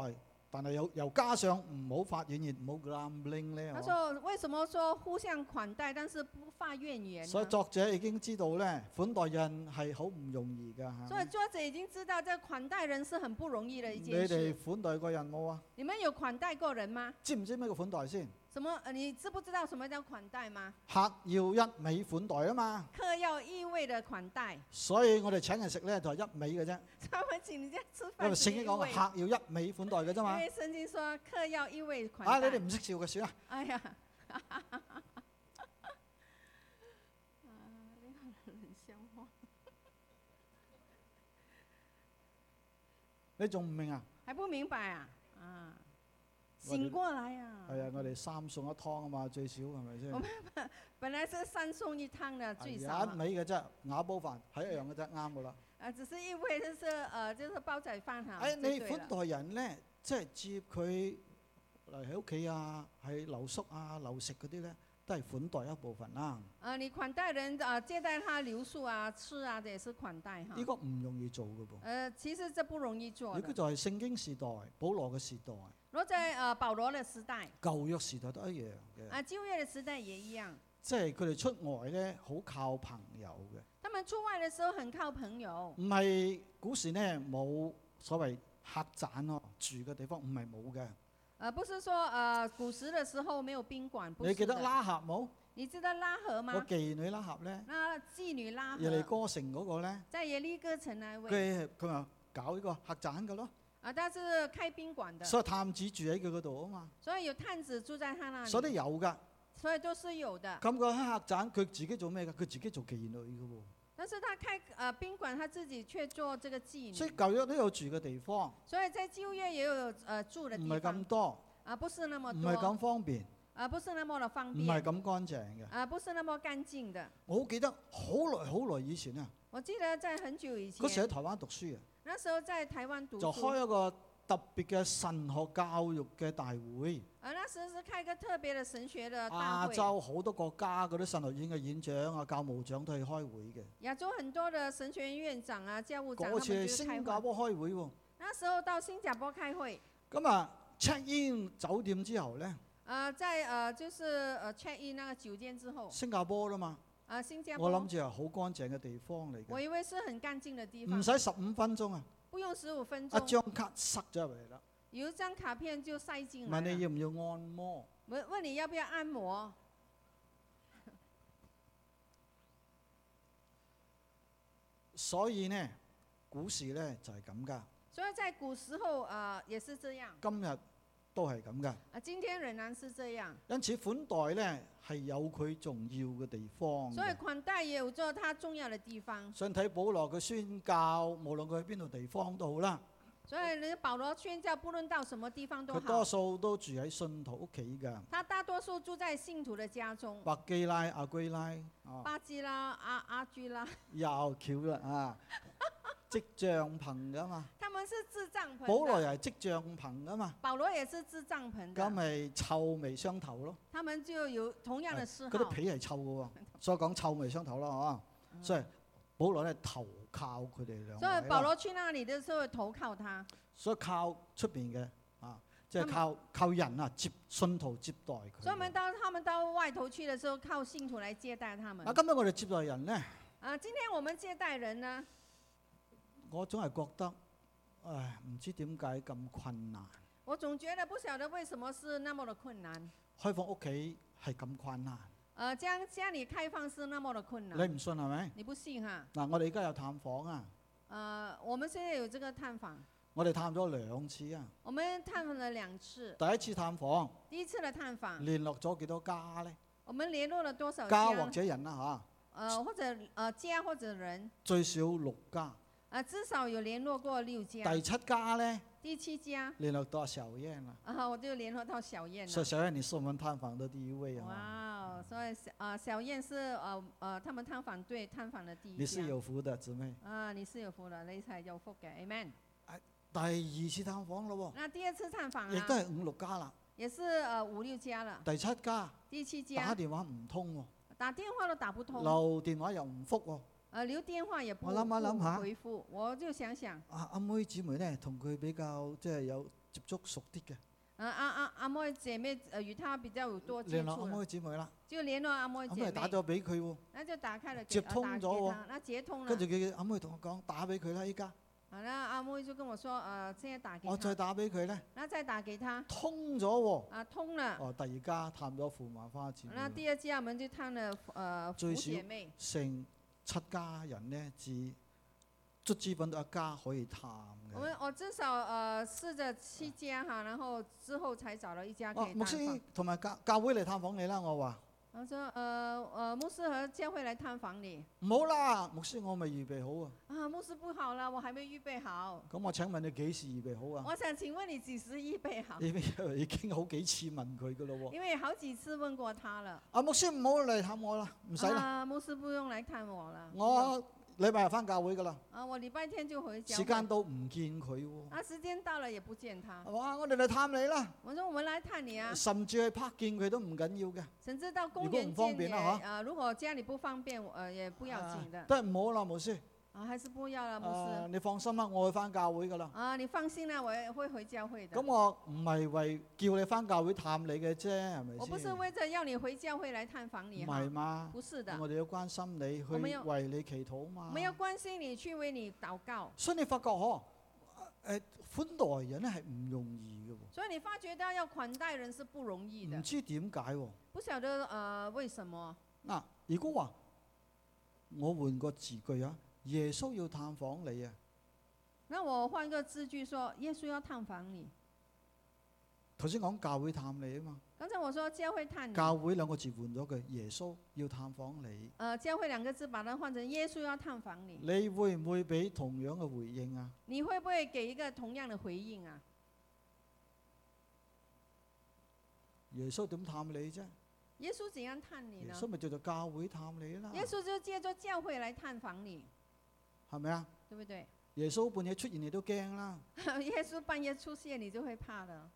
[SPEAKER 2] 但係又又加上唔好發怨言，唔好 grumbling 咧？
[SPEAKER 1] 他
[SPEAKER 2] 哦
[SPEAKER 1] 說：“為什麼說互相款待，但是不發怨言呢？”
[SPEAKER 2] 所以作者已經知道咧，款待人係好唔容易㗎。係咪
[SPEAKER 1] 所以作者已經知道，這款待人是很不容易的一
[SPEAKER 2] 你
[SPEAKER 1] 件事。
[SPEAKER 2] 哋款待過人冇啊？
[SPEAKER 1] 你們有款待過人嗎？
[SPEAKER 2] 知唔知咩叫款待先？
[SPEAKER 1] 什麼？呃你知不知道什麼叫款待嗎？
[SPEAKER 2] 客要一味款待啊嘛，
[SPEAKER 1] 客要意味的款待。
[SPEAKER 2] 所以我哋請人食咧就係一味嘅啫，
[SPEAKER 1] 他們請人家吃
[SPEAKER 2] 因
[SPEAKER 1] 飯，
[SPEAKER 2] 為聖
[SPEAKER 1] 只
[SPEAKER 2] 經
[SPEAKER 1] 意
[SPEAKER 2] 講
[SPEAKER 1] 味。
[SPEAKER 2] 客要一味款待嘅啫
[SPEAKER 1] 因
[SPEAKER 2] 嘛。
[SPEAKER 1] 為聖經說客要意味
[SPEAKER 2] 啊，
[SPEAKER 1] 款
[SPEAKER 2] 你哋
[SPEAKER 1] 待。
[SPEAKER 2] 唔識笑嘅算啦。
[SPEAKER 1] 哎 呀，
[SPEAKER 2] 你仲唔明啊？
[SPEAKER 1] 還不明白啊？啊，
[SPEAKER 2] 我覺
[SPEAKER 1] 醒
[SPEAKER 2] 得
[SPEAKER 1] 過來呀、
[SPEAKER 2] 係啊，我哋三餸一湯啊嘛，最少係咪先？
[SPEAKER 1] 我本來是三餸一湯的最少
[SPEAKER 2] 係
[SPEAKER 1] 啊
[SPEAKER 2] 哎一，味嘅啫，瓦煲飯係一樣嘅啫，啱噶啦。
[SPEAKER 1] 呃，只是因為就是呃，就是煲仔飯哈。
[SPEAKER 2] 誒，
[SPEAKER 1] 就
[SPEAKER 2] 哎你
[SPEAKER 1] 對
[SPEAKER 2] 款
[SPEAKER 1] 了
[SPEAKER 2] 待人咧，即係接佢嚟喺屋企啊，喺留宿啊、留食嗰啲咧，都係款待一部分啦。
[SPEAKER 1] 呃，你款待人呃，接待他留宿啊、吃啊，这也是款待哈
[SPEAKER 2] 呢。個唔容易做嘅噃。
[SPEAKER 1] 呃，其實這不容易做
[SPEAKER 2] 如果
[SPEAKER 1] 的。
[SPEAKER 2] 就係聖經時代、保羅嘅時代、
[SPEAKER 1] 如果在呃保羅的時代
[SPEAKER 2] 舊約時代都一樣嘅，
[SPEAKER 1] 啊，舊約的時代也一樣，
[SPEAKER 2] 即係佢哋出外咧好靠朋友嘅，
[SPEAKER 1] 他們出外的時候很靠朋友。
[SPEAKER 2] 唔係古時咧冇所謂客棧咯，住嘅地方唔係冇嘅。
[SPEAKER 1] 呃，不是說呃古時的時候沒有賓館，不
[SPEAKER 2] 你
[SPEAKER 1] 是
[SPEAKER 2] 記得
[SPEAKER 1] 的
[SPEAKER 2] 拉合冇？
[SPEAKER 1] 你知道拉合
[SPEAKER 2] 個
[SPEAKER 1] 嗎？
[SPEAKER 2] 妓女拉合咧，
[SPEAKER 1] 那妓女拉
[SPEAKER 2] 耶利
[SPEAKER 1] 合
[SPEAKER 2] 哥城嗰個咧，
[SPEAKER 1] 在耶利哥城那位
[SPEAKER 2] 佢佢話搞呢個客棧嘅咯，
[SPEAKER 1] 啊，他是開賓館的，
[SPEAKER 2] 所以探子住喺佢嗰度啊嘛，
[SPEAKER 1] 所以有探子住在他那
[SPEAKER 2] 所以都
[SPEAKER 1] 裡，
[SPEAKER 2] 有㗎。
[SPEAKER 1] 所以都是有的。
[SPEAKER 2] 咁佢喺客棧，佢自己做咩㗎？佢自己做妓女嘅喎。
[SPEAKER 1] 但是他開呃賓館，他自己卻做這個妓
[SPEAKER 2] 所以
[SPEAKER 1] 女，
[SPEAKER 2] 舊約都有住嘅地方，
[SPEAKER 1] 所以在就業也有呃住的
[SPEAKER 2] 唔
[SPEAKER 1] 地
[SPEAKER 2] 係咁
[SPEAKER 1] 方
[SPEAKER 2] 多，
[SPEAKER 1] 啊，不是那
[SPEAKER 2] 唔
[SPEAKER 1] 麼
[SPEAKER 2] 係
[SPEAKER 1] 多，
[SPEAKER 2] 咁方便。
[SPEAKER 1] 啊不是那麼的方
[SPEAKER 2] 唔係
[SPEAKER 1] 便，
[SPEAKER 2] 咁乾淨嘅。
[SPEAKER 1] 啊不是那麼乾淨的。
[SPEAKER 2] 我好記得好耐好耐以前啊，
[SPEAKER 1] 我記得在很久以
[SPEAKER 2] 嗰時
[SPEAKER 1] 前，
[SPEAKER 2] 喺台灣讀書啊，
[SPEAKER 1] 那時候在台灣讀
[SPEAKER 2] 就
[SPEAKER 1] 書，
[SPEAKER 2] 開一個特別嘅神學教育嘅大會，
[SPEAKER 1] 啊那時候是開一個特別的神學的啊大
[SPEAKER 2] 亞
[SPEAKER 1] 會，
[SPEAKER 2] 洲好多國家嗰啲神學院嘅院長啊、教務長都去開會嘅。
[SPEAKER 1] 亞洲很多的神學院院長啊、教務長他
[SPEAKER 2] 嗰
[SPEAKER 1] 們
[SPEAKER 2] 次
[SPEAKER 1] 就
[SPEAKER 2] 去
[SPEAKER 1] 是
[SPEAKER 2] 新
[SPEAKER 1] 開
[SPEAKER 2] 加
[SPEAKER 1] 會。
[SPEAKER 2] 坡開會喎，
[SPEAKER 1] 那時候到新加坡開會，
[SPEAKER 2] 咁啊 check in 酒店之後呢，
[SPEAKER 1] 呃在呃就是呃 check in 那個酒店之後，
[SPEAKER 2] 新加坡啦嘛，
[SPEAKER 1] 啊新加
[SPEAKER 2] 我諗
[SPEAKER 1] 坡，
[SPEAKER 2] 住係好乾淨嘅地方嚟
[SPEAKER 1] 我
[SPEAKER 2] 嘅，
[SPEAKER 1] 以為是很乾淨的地
[SPEAKER 2] 唔
[SPEAKER 1] 方，
[SPEAKER 2] 使十五分鐘啊，
[SPEAKER 1] 不用十五分
[SPEAKER 2] 一
[SPEAKER 1] 鐘。
[SPEAKER 2] 張卡塞咗入嚟啦，
[SPEAKER 1] 有一张卡片就塞进来
[SPEAKER 2] 問你
[SPEAKER 1] 了，
[SPEAKER 2] 要唔要按摩？
[SPEAKER 1] 问问你要不要按摩？
[SPEAKER 2] 所以呢，股市呢就係咁㗎。
[SPEAKER 1] 所以在古时候啊、呃也是这样。
[SPEAKER 2] 今日都係咁噶。
[SPEAKER 1] 啊，今天仍然是这样，
[SPEAKER 2] 因此款待呢係有佢重要嘅地方
[SPEAKER 1] 所以
[SPEAKER 2] 嘅。
[SPEAKER 1] 款待也有做它重要的地方。
[SPEAKER 2] 想睇保羅嘅宣教，無論佢去邊度地方都好啦，
[SPEAKER 1] 所以呢，保罗宣教不论到什么地方都
[SPEAKER 2] 佢多
[SPEAKER 1] 好，
[SPEAKER 2] 數都住喺信徒屋企噶，
[SPEAKER 1] 他大多数住在信徒的家中，
[SPEAKER 2] 白基拉、阿居拉啊。
[SPEAKER 1] 巴基啦、阿阿居啦，
[SPEAKER 2] 又巧啦啊！即帳篷噶嘛，
[SPEAKER 1] 他们是支帐
[SPEAKER 2] 保羅
[SPEAKER 1] 篷的。
[SPEAKER 2] 又係即帳篷噶嘛，
[SPEAKER 1] 保罗也是支帐篷
[SPEAKER 2] 咁
[SPEAKER 1] 的，
[SPEAKER 2] 咪臭味相投咯。
[SPEAKER 1] 他们就有同样的嗜
[SPEAKER 2] 嗰啲
[SPEAKER 1] 嗯好。
[SPEAKER 2] 皮係臭嘅喎，所以講臭味相投啦，啊！
[SPEAKER 1] 嗯
[SPEAKER 2] 所以保羅咧投靠佢哋兩
[SPEAKER 1] 所以
[SPEAKER 2] 位
[SPEAKER 1] 保
[SPEAKER 2] 啦，
[SPEAKER 1] 罗去那里的时候投靠他，
[SPEAKER 2] 所以靠出邊嘅啊，即係
[SPEAKER 1] 咁
[SPEAKER 2] 靠靠人啊接信徒接待佢
[SPEAKER 1] 所以我们
[SPEAKER 2] 哋。
[SPEAKER 1] 到他们到外头去的时候，靠信徒来接待他们
[SPEAKER 2] 嗱，。今日我哋接待人咧，
[SPEAKER 1] 啊，今天我们接待人呢，
[SPEAKER 2] 我總係覺得，唉，唔知點解咁困難。
[SPEAKER 1] 我总觉得不晓得为什么是那么的困难。
[SPEAKER 2] 開放屋企係咁困難，
[SPEAKER 1] 呃，将家里开放是那么的困
[SPEAKER 2] 你
[SPEAKER 1] 难，
[SPEAKER 2] 唔信係咪？
[SPEAKER 1] 你不信哈？
[SPEAKER 2] 嗱，我哋而家有探訪啊。
[SPEAKER 1] 呃，我们现在有这个探访，
[SPEAKER 2] 我哋探咗兩次啊！
[SPEAKER 1] 我们探访了两次。
[SPEAKER 2] 第一次探訪
[SPEAKER 1] 第一次的探访，
[SPEAKER 2] 聯絡咗幾多家呢？
[SPEAKER 1] 我们联络了多少
[SPEAKER 2] 家或
[SPEAKER 1] 家？
[SPEAKER 2] 者人啦、啊嚇，
[SPEAKER 1] 呃，或者呃家或者人，
[SPEAKER 2] 最少六家。
[SPEAKER 1] 啊，至少有联络过六家。
[SPEAKER 2] 第七家呢，
[SPEAKER 1] 第七家
[SPEAKER 2] 聯絡到阿小燕啦。
[SPEAKER 1] 啊，我就联络到小燕
[SPEAKER 2] 所
[SPEAKER 1] 了
[SPEAKER 2] 以。小燕，你是我們探訪的第一位啊！
[SPEAKER 1] 哇哦，所以小呃小燕是呃呃他们探访队探访的第一
[SPEAKER 2] 你是
[SPEAKER 1] 家。
[SPEAKER 2] 有福的姊妹。
[SPEAKER 1] 啊，你是有福的，你才有福嘅，amen。
[SPEAKER 2] 第二次探訪咯
[SPEAKER 1] 那第二次探访
[SPEAKER 2] 喎，亦都
[SPEAKER 1] 啊，
[SPEAKER 2] 係五六家啦。
[SPEAKER 1] 也是呃五六家了，
[SPEAKER 2] 第七家
[SPEAKER 1] 第七家
[SPEAKER 2] 打電話唔通喎，
[SPEAKER 1] 打電話都打不通，
[SPEAKER 2] 留電話又唔復喎。
[SPEAKER 1] 呃留電話也不
[SPEAKER 2] 我諗下諗下
[SPEAKER 1] 不回覆，我就想想，
[SPEAKER 2] 啊，阿妹姊妹呢，同佢比較即係有接觸熟啲嘅，
[SPEAKER 1] 呃阿阿阿妹姐妹呃與她比較有多接
[SPEAKER 2] 聯絡阿
[SPEAKER 1] 觸了，
[SPEAKER 2] 妹姊妹啦。
[SPEAKER 1] 就聯絡阿妹
[SPEAKER 2] 咁
[SPEAKER 1] 姐
[SPEAKER 2] 咪打
[SPEAKER 1] 妹，
[SPEAKER 2] 咗俾佢喎。
[SPEAKER 1] 那就打開了給
[SPEAKER 2] 接
[SPEAKER 1] 呃
[SPEAKER 2] 通
[SPEAKER 1] 打
[SPEAKER 2] 咗
[SPEAKER 1] 給
[SPEAKER 2] 喎
[SPEAKER 1] 她，那接通了
[SPEAKER 2] 跟住，佢阿妹同我講，打俾佢啦，依家
[SPEAKER 1] 啊那阿妹就跟我說，呃現在打給
[SPEAKER 2] 哦我
[SPEAKER 1] 她，
[SPEAKER 2] 再打俾佢咧，
[SPEAKER 1] 那再打給她，
[SPEAKER 2] 通咗喎。
[SPEAKER 1] 啊通了，
[SPEAKER 2] 哦，第二家探咗父母花姊
[SPEAKER 1] 那
[SPEAKER 2] 妹，
[SPEAKER 1] 第二家我們就探了呃五
[SPEAKER 2] 最少
[SPEAKER 1] 姐妹，
[SPEAKER 2] 成七家人咧，至卒之揾到一家可以探
[SPEAKER 1] 我
[SPEAKER 2] 嘅。
[SPEAKER 1] 們我至少呃試着七家哈，然後之後才找了一家可
[SPEAKER 2] 哦
[SPEAKER 1] 以，
[SPEAKER 2] 牧
[SPEAKER 1] 探訪
[SPEAKER 2] 師。同埋教教會嚟探訪你啦，我話
[SPEAKER 1] 他说：呃呃，牧师和教会来探访你
[SPEAKER 2] 唔好啦，牧師我未預 備好啊。
[SPEAKER 1] 啊，牧师不好了，我还没预备好。
[SPEAKER 2] 咁我請問你幾時預備好啊？
[SPEAKER 1] 我想請問你幾时预备好？
[SPEAKER 2] 已經 已經好幾次問佢噶咯 喎。
[SPEAKER 1] 因为好几次問過他了。
[SPEAKER 2] 啊，牧師唔好嚟探我啦，唔使啦，
[SPEAKER 1] 啊，牧师不用來探我了。
[SPEAKER 2] 我禮拜日翻教會噶啦，
[SPEAKER 1] 啊，我禮拜天就回家。
[SPEAKER 2] 時間到唔見佢喎。
[SPEAKER 1] 啊，時間到了也不見他。
[SPEAKER 2] 哇！我哋嚟探你啦，
[SPEAKER 1] 我說我們來探你啊，
[SPEAKER 2] 甚至去拍見佢都唔緊要嘅，
[SPEAKER 1] 甚至到公
[SPEAKER 2] 如果
[SPEAKER 1] 園
[SPEAKER 2] 唔方
[SPEAKER 1] 見
[SPEAKER 2] 便
[SPEAKER 1] 也
[SPEAKER 2] 啦哈
[SPEAKER 1] 啊，如果家里不方便，我呃也不要緊的
[SPEAKER 2] 啊。都係唔好啦，牧師。
[SPEAKER 1] 啊，還是不要了，牧
[SPEAKER 2] 啊
[SPEAKER 1] 師。
[SPEAKER 2] 你放心啦，我去翻教會噶啦。
[SPEAKER 1] 啊，你放心啦，我也會回教會的
[SPEAKER 2] 咁。我唔係為叫你翻教會探你嘅啫，係咪
[SPEAKER 1] 我不是
[SPEAKER 2] 先？
[SPEAKER 1] 為着要你回教會來探訪你
[SPEAKER 2] 唔
[SPEAKER 1] 哈
[SPEAKER 2] 係，嘛？
[SPEAKER 1] 不是的。
[SPEAKER 2] 我哋要關心你，
[SPEAKER 1] 我們
[SPEAKER 2] 去
[SPEAKER 1] 要
[SPEAKER 2] 為你祈禱
[SPEAKER 1] 我
[SPEAKER 2] 嘛。
[SPEAKER 1] 们要關心你，去為你禱告。
[SPEAKER 2] 所以你發覺嗬，誒款待人咧係唔容易嘅
[SPEAKER 1] 所以你发覺到要款待人是不容易
[SPEAKER 2] 喎，
[SPEAKER 1] 的
[SPEAKER 2] 唔，知點解喎？
[SPEAKER 1] 不曉得呃為什麼。
[SPEAKER 2] 嗱，如果話我換個字句啊，耶穌要探訪你啊，
[SPEAKER 1] 那我換個字句說，耶穌要探訪你。
[SPEAKER 2] 頭先講教會探你啊嘛。
[SPEAKER 1] 剛才我說教會探你，
[SPEAKER 2] 教會兩個字換咗佢，耶穌要探訪你，
[SPEAKER 1] 呃，教會兩個字把它換成耶穌要探訪你，
[SPEAKER 2] 你會唔會俾同樣嘅回應啊？
[SPEAKER 1] 你會不會給一個同樣的回應啊？
[SPEAKER 2] 耶穌點探你啫？
[SPEAKER 1] 耶穌怎樣探你
[SPEAKER 2] 耶
[SPEAKER 1] 呢？
[SPEAKER 2] 穌咪叫做教會探你啦，
[SPEAKER 1] 耶穌就借着教會來探訪你，
[SPEAKER 2] 係咪啊？
[SPEAKER 1] 對不對？
[SPEAKER 2] 耶穌半夜出現你都驚啦，
[SPEAKER 1] 耶穌半夜出現，你就會怕的，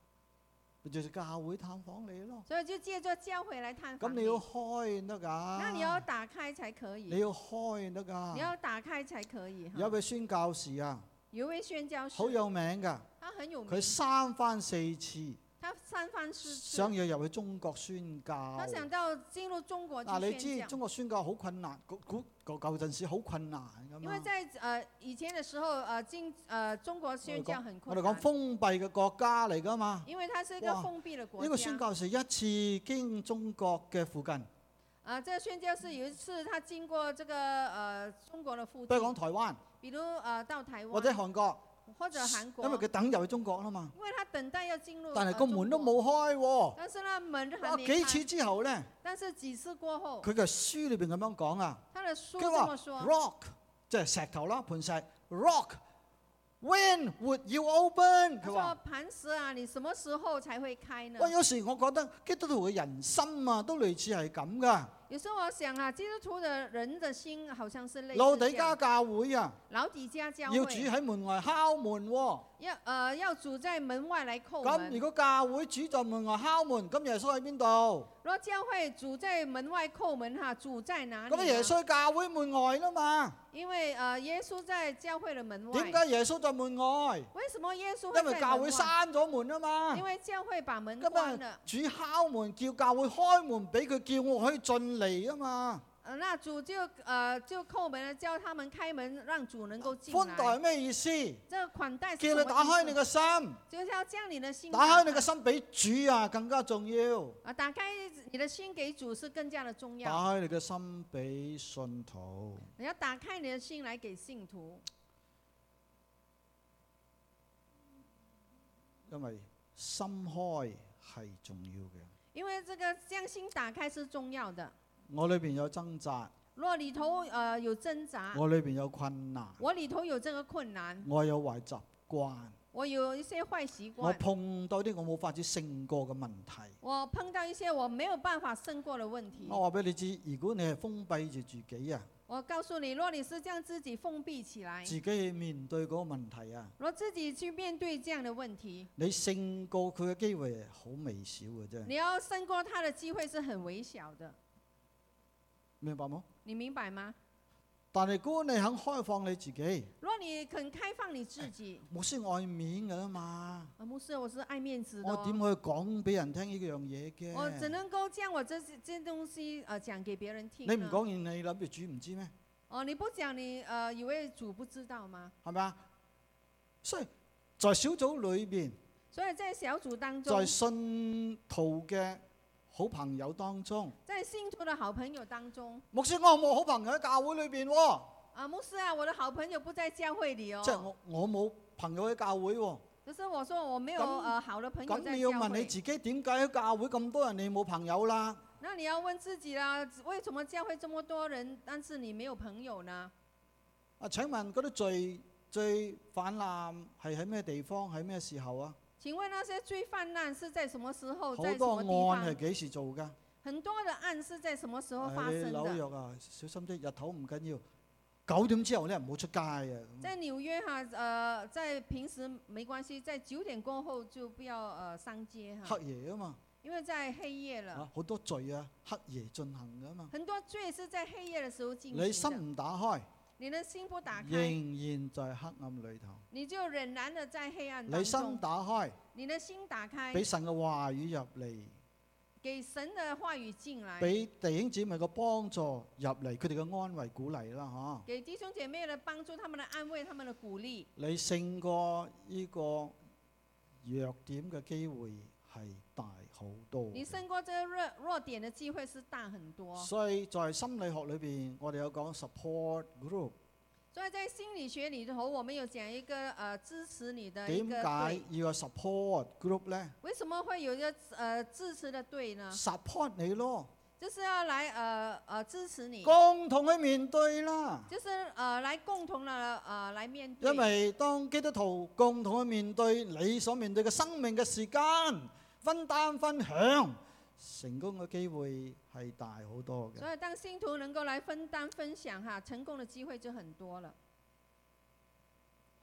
[SPEAKER 2] 咪就係教會探訪你咯。
[SPEAKER 1] 所以就借着教會來探訪
[SPEAKER 2] 咁你要開得㗎，
[SPEAKER 1] 那你要打開才可以，
[SPEAKER 2] 你要開得
[SPEAKER 1] 你
[SPEAKER 2] 㗎。
[SPEAKER 1] 要打開才可以
[SPEAKER 2] 有
[SPEAKER 1] 哈
[SPEAKER 2] 一。位宣教士啊，
[SPEAKER 1] 有一位宣教士，
[SPEAKER 2] 好有名㗎，
[SPEAKER 1] 他很有名
[SPEAKER 2] 佢，三番四次
[SPEAKER 1] 他三番四
[SPEAKER 2] 想
[SPEAKER 1] 次，
[SPEAKER 2] 要入去中國宣教。啊
[SPEAKER 1] 他想到进入中國去
[SPEAKER 2] 嗱，
[SPEAKER 1] 宣
[SPEAKER 2] 你知
[SPEAKER 1] 教，
[SPEAKER 2] 中國宣教好困難，嗰嗰嗰舊陣時好困難㗎
[SPEAKER 1] 因為
[SPEAKER 2] 嘛。
[SPEAKER 1] 在呃以前的時候，呃进呃中國宣教很
[SPEAKER 2] 我
[SPEAKER 1] 困
[SPEAKER 2] 哋講
[SPEAKER 1] 難，
[SPEAKER 2] 封閉嘅國家嚟㗎嘛。
[SPEAKER 1] 因為它是一個
[SPEAKER 2] 哇
[SPEAKER 1] 封閉的國
[SPEAKER 2] 呢個宣
[SPEAKER 1] 家。
[SPEAKER 2] 教士一次經中國嘅附近，
[SPEAKER 1] 啊，这個宣教士有一次他經過這個呃中國的附
[SPEAKER 2] 比如講
[SPEAKER 1] 近，
[SPEAKER 2] 台灣
[SPEAKER 1] 比如呃到台
[SPEAKER 2] 或者
[SPEAKER 1] 灣
[SPEAKER 2] 韓國，
[SPEAKER 1] 或者韩国，
[SPEAKER 2] 因為佢等入去中國啦嘛。
[SPEAKER 1] 因为他等待要进入，
[SPEAKER 2] 但係個門都
[SPEAKER 1] 呃中国
[SPEAKER 2] 冇開喎。
[SPEAKER 1] 但是呢门还
[SPEAKER 2] 哇！
[SPEAKER 1] 没开
[SPEAKER 2] 幾次，之後咧，
[SPEAKER 1] 但是几次过后，
[SPEAKER 2] 佢嘅書裏邊咁樣講啊，
[SPEAKER 1] 他的书
[SPEAKER 2] 佢
[SPEAKER 1] 这
[SPEAKER 2] 話
[SPEAKER 1] 么说，
[SPEAKER 2] rock 即係石頭啦，盤石 rock。When would you
[SPEAKER 1] 他
[SPEAKER 2] open？佢
[SPEAKER 1] 说
[SPEAKER 2] 話：
[SPEAKER 1] 磐石啊，你什么时候才会开呢？
[SPEAKER 2] 喂，有時我覺得基督徒嘅人心啊，都類似係咁噶。
[SPEAKER 1] 有时候我想啊，基督徒的人的心好像是类
[SPEAKER 2] 老
[SPEAKER 1] 似
[SPEAKER 2] 底
[SPEAKER 1] 这
[SPEAKER 2] 家
[SPEAKER 1] 样
[SPEAKER 2] 教會啊，
[SPEAKER 1] 老底家教
[SPEAKER 2] 要主
[SPEAKER 1] 会，
[SPEAKER 2] 喺門外敲門喎。
[SPEAKER 1] 要呃要主在门外来叩
[SPEAKER 2] 咁如
[SPEAKER 1] 门。啊
[SPEAKER 2] 果教會主在門外敲門，咁耶穌喺邊度？
[SPEAKER 1] 如果教会主在门外叩门哈，主在哪里
[SPEAKER 2] 咁
[SPEAKER 1] 呢？
[SPEAKER 2] 耶穌喺教會門外啦嘛。
[SPEAKER 1] 因为呃耶稣在教会的门外
[SPEAKER 2] 點。解耶穌在門外？
[SPEAKER 1] 为什么耶稣会
[SPEAKER 2] 因
[SPEAKER 1] 在
[SPEAKER 2] 為教
[SPEAKER 1] 门
[SPEAKER 2] 會
[SPEAKER 1] 外
[SPEAKER 2] 閂咗門啊
[SPEAKER 1] 因
[SPEAKER 2] 嘛。
[SPEAKER 1] 为教会把门
[SPEAKER 2] 咁
[SPEAKER 1] 关
[SPEAKER 2] 啊
[SPEAKER 1] 了，，
[SPEAKER 2] 主敲門叫教會開門俾佢，叫我可以進嚟啊嘛。
[SPEAKER 1] 呃，那主就呃就叩门了，叫他们开门，让主能够进
[SPEAKER 2] 寬待係
[SPEAKER 1] 来。
[SPEAKER 2] 咩意思？
[SPEAKER 1] 这个款待是
[SPEAKER 2] 叫
[SPEAKER 1] 什
[SPEAKER 2] 你
[SPEAKER 1] 么
[SPEAKER 2] 打
[SPEAKER 1] 意
[SPEAKER 2] 開你
[SPEAKER 1] 思
[SPEAKER 2] 個心，
[SPEAKER 1] 就是要将你的心
[SPEAKER 2] 打開你個
[SPEAKER 1] 开
[SPEAKER 2] 心俾主啊，更加重要。
[SPEAKER 1] 啊，打开你的心给主是更加的重要。
[SPEAKER 2] 打開你嘅心俾信徒。
[SPEAKER 1] 你要打开你的心来给信徒，
[SPEAKER 2] 因為心開係重要嘅。
[SPEAKER 1] 因为这个将心打开是重要的。
[SPEAKER 2] 我裏邊有掙扎，
[SPEAKER 1] 若里头呃有挣扎，
[SPEAKER 2] 我裏邊有困難，
[SPEAKER 1] 我里头有这个困难，
[SPEAKER 2] 我有壞習慣，
[SPEAKER 1] 我有一些坏习
[SPEAKER 2] 我
[SPEAKER 1] 惯，
[SPEAKER 2] 碰到啲我冇法子勝過嘅問題。
[SPEAKER 1] 我碰到一些我没有辦法胜过的问题。
[SPEAKER 2] 我話俾你知，如果你係封閉住自己啊，
[SPEAKER 1] 我告诉你，若你是这样自己封闭起来，
[SPEAKER 2] 自己去面對嗰個問題啊，
[SPEAKER 1] 若自己去面对这样的问题，
[SPEAKER 2] 你勝過佢嘅機會係好微小嘅啫，
[SPEAKER 1] 你要胜过他的机会是很微小的，
[SPEAKER 2] 明白冇？
[SPEAKER 1] 你明白吗？
[SPEAKER 2] 但係如果你肯開放你自己，
[SPEAKER 1] 若你肯开放你自 己，
[SPEAKER 2] 冇先愛面㗎啦嘛，
[SPEAKER 1] 啊，牧师，我是爱面子的、
[SPEAKER 2] 我
[SPEAKER 1] 哦，
[SPEAKER 2] 點可以講俾人聽呢樣嘢
[SPEAKER 1] 我只
[SPEAKER 2] 嘅？
[SPEAKER 1] 能够将我这些这些东西呃讲给别人听
[SPEAKER 2] 你
[SPEAKER 1] 啊。
[SPEAKER 2] 唔講完，你諗住主唔知咩？
[SPEAKER 1] 哦，你不讲你呃以为主不知道吗？
[SPEAKER 2] 係咪啊？所以在小組裏邊，
[SPEAKER 1] 所以在小组当中
[SPEAKER 2] 在，信徒嘅好朋友當中，
[SPEAKER 1] 在信徒的好朋友当中，
[SPEAKER 2] 牧師我冇好朋友喺教會裏邊喎，
[SPEAKER 1] 啊，牧师啊，我的好朋友不在教会里哦。
[SPEAKER 2] 即係我我冇朋友喺教會喎。
[SPEAKER 1] 可是我说我没有
[SPEAKER 2] 咁
[SPEAKER 1] 呃好的朋友
[SPEAKER 2] 咁
[SPEAKER 1] 在
[SPEAKER 2] 你要
[SPEAKER 1] 教
[SPEAKER 2] 問你
[SPEAKER 1] 会，
[SPEAKER 2] 自己點解喺教會咁多人你冇朋友啦？
[SPEAKER 1] 那你要问自己啦，为什么教会这么多人，但是你没有朋友呢？
[SPEAKER 2] 啊，請問嗰啲罪罪泛濫係喺咩地方？喺咩時候啊？
[SPEAKER 1] 请问那些罪犯难是在什么时候，
[SPEAKER 2] 好
[SPEAKER 1] 在哦什
[SPEAKER 2] 多
[SPEAKER 1] 么
[SPEAKER 2] 案哎
[SPEAKER 1] 地
[SPEAKER 2] 係
[SPEAKER 1] 方？
[SPEAKER 2] 幾時做㗎？
[SPEAKER 1] 很多的案是在什么时候
[SPEAKER 2] 唉
[SPEAKER 1] 发生
[SPEAKER 2] 紐
[SPEAKER 1] 的？
[SPEAKER 2] 約啊，小心啲，日頭唔緊要，九點之後咧唔好出街啊。咁
[SPEAKER 1] 在纽约哈，呃，在平时没关系，在九点过后就不要呃上街哈
[SPEAKER 2] 黑，夜啊嘛。
[SPEAKER 1] 因为在黑夜了，
[SPEAKER 2] 啊，好多罪啊，黑夜進行噶嘛。
[SPEAKER 1] 很多罪是在黑夜的时候进行
[SPEAKER 2] 你心
[SPEAKER 1] 的。
[SPEAKER 2] 唔打開，
[SPEAKER 1] 你的心不啊打开，
[SPEAKER 2] 仍然在黑暗裏頭。
[SPEAKER 1] 你就仍然的在黑暗当
[SPEAKER 2] 你心
[SPEAKER 1] 中。
[SPEAKER 2] 打開，
[SPEAKER 1] 你的心打开，
[SPEAKER 2] 俾神嘅話語入嚟，
[SPEAKER 1] 给神的话语进来，
[SPEAKER 2] 俾弟兄姊妹嘅幫助入嚟，佢哋嘅安慰鼓勵啦，嗬、
[SPEAKER 1] 给弟兄姐妹的帮助，他们的安慰，他们的鼓励。
[SPEAKER 2] 你勝過呢個弱點嘅機會係大好多嘅。
[SPEAKER 1] 你胜过这个弱弱点的机会是大很多。
[SPEAKER 2] 所以在心理學裏邊，我哋有講 support group，
[SPEAKER 1] 所以在心理学里头，我们有讲一个呃支持你的一
[SPEAKER 2] 點
[SPEAKER 1] 个
[SPEAKER 2] 解
[SPEAKER 1] 队。
[SPEAKER 2] 要有 support group 呢
[SPEAKER 1] 为什么会有一个呃支持的队呢？
[SPEAKER 2] s u p p o r t 你咯。
[SPEAKER 1] 就是要来呃呃支持你，
[SPEAKER 2] 共同去面對啦。
[SPEAKER 1] 就是呃来共同的呃来面对。
[SPEAKER 2] 因為當基督徒共同去面對你所面對嘅生命嘅時間，分擔分享，成功嘅機會係大好多嘅。
[SPEAKER 1] 所以当信徒能够来分担分享哈，成功的机会就很多了。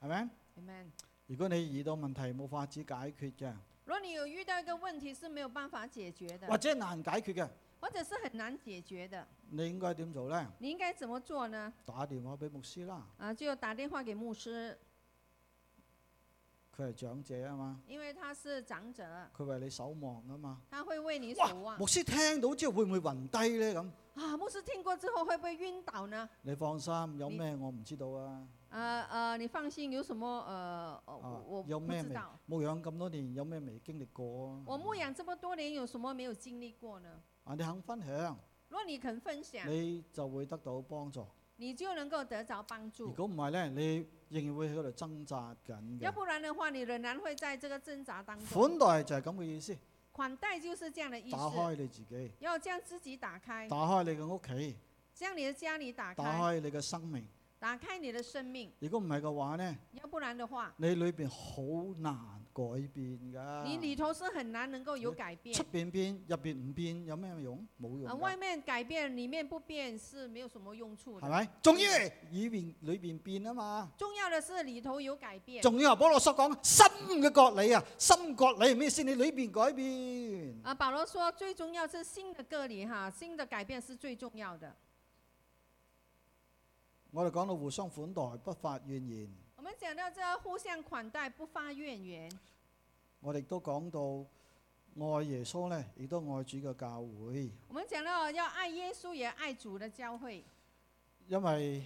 [SPEAKER 2] 係咪？
[SPEAKER 1] Amen。
[SPEAKER 2] 如果你遇到問題冇法子解決嘅，
[SPEAKER 1] 如果你有遇到一个問題是没有辦法解決的，
[SPEAKER 2] 或者難解決嘅，
[SPEAKER 1] 或者是很難解決的，
[SPEAKER 2] 你應該點做呢？
[SPEAKER 1] 你應該怎麼做呢？
[SPEAKER 2] 打電話俾牧師啦，
[SPEAKER 1] 啊，就打電話給牧師，
[SPEAKER 2] 佢係長者啊嘛，
[SPEAKER 1] 因為他是長者，
[SPEAKER 2] 佢為你守望啊嘛。
[SPEAKER 1] 他會為你
[SPEAKER 2] 哇
[SPEAKER 1] 守！望
[SPEAKER 2] 牧。師聽到之後會唔會暈低呢？咁
[SPEAKER 1] 啊，牧師聽過之後會不會暈倒呢？
[SPEAKER 2] 你放心，有咩我唔知道啊。
[SPEAKER 1] 呃呃，你放心，有什麼呃，呃
[SPEAKER 2] 啊
[SPEAKER 1] 我我
[SPEAKER 2] 有
[SPEAKER 1] 不
[SPEAKER 2] 咩
[SPEAKER 1] 知
[SPEAKER 2] 未
[SPEAKER 1] 道。
[SPEAKER 2] 牧養咁多年，有咩未經歷過啊？
[SPEAKER 1] 我牧養這麼多年，有什麼沒有經歷過呢？
[SPEAKER 2] 啊，你肯分享，
[SPEAKER 1] 若你肯分享，
[SPEAKER 2] 你就會得到幫助。
[SPEAKER 1] 你就能够得着帮
[SPEAKER 2] 如
[SPEAKER 1] 助。
[SPEAKER 2] 果唔係呢，你仍然會喺度掙扎緊
[SPEAKER 1] 要
[SPEAKER 2] 嘅。
[SPEAKER 1] 不然的话，你仍然会在这个挣扎当中。
[SPEAKER 2] 款待就係咁嘅意思，
[SPEAKER 1] 款待就是这样的意
[SPEAKER 2] 打
[SPEAKER 1] 思，
[SPEAKER 2] 開你自己，
[SPEAKER 1] 要将自己打开
[SPEAKER 2] 打，開你嘅屋企，
[SPEAKER 1] 将你的家里打
[SPEAKER 2] 打
[SPEAKER 1] 开，
[SPEAKER 2] 開你嘅生命。
[SPEAKER 1] 打开你的生命。
[SPEAKER 2] 如果唔係嘅話呢，
[SPEAKER 1] 要不然的话，
[SPEAKER 2] 你裏邊好難改變
[SPEAKER 1] 你里
[SPEAKER 2] 㗎。
[SPEAKER 1] 头是很难能够有改变
[SPEAKER 2] 啊出。邊變，入邊唔變，有咩用？冇用
[SPEAKER 1] 啊，
[SPEAKER 2] 㗎。
[SPEAKER 1] 外面改变，里面不变是没有什么用处
[SPEAKER 2] 係
[SPEAKER 1] 的。
[SPEAKER 2] 咪？仲要以面裏邊變啊嘛。
[SPEAKER 1] 重要的是里头有改变。
[SPEAKER 2] 仲要啊，保羅所講心嘅割理啊，心割理係咩意思？你裏邊改變。
[SPEAKER 1] 啊，保罗说，最重要是新的个体哈，新的改变是最重要的。
[SPEAKER 2] 我哋講到互相款待，不發怨言。
[SPEAKER 1] 我们讲到这互相款待，不发怨言。
[SPEAKER 2] 我哋都講到愛耶穌呢，亦都愛主嘅教會，
[SPEAKER 1] 我们讲到要爱耶稣，也爱主的教会，
[SPEAKER 2] 因為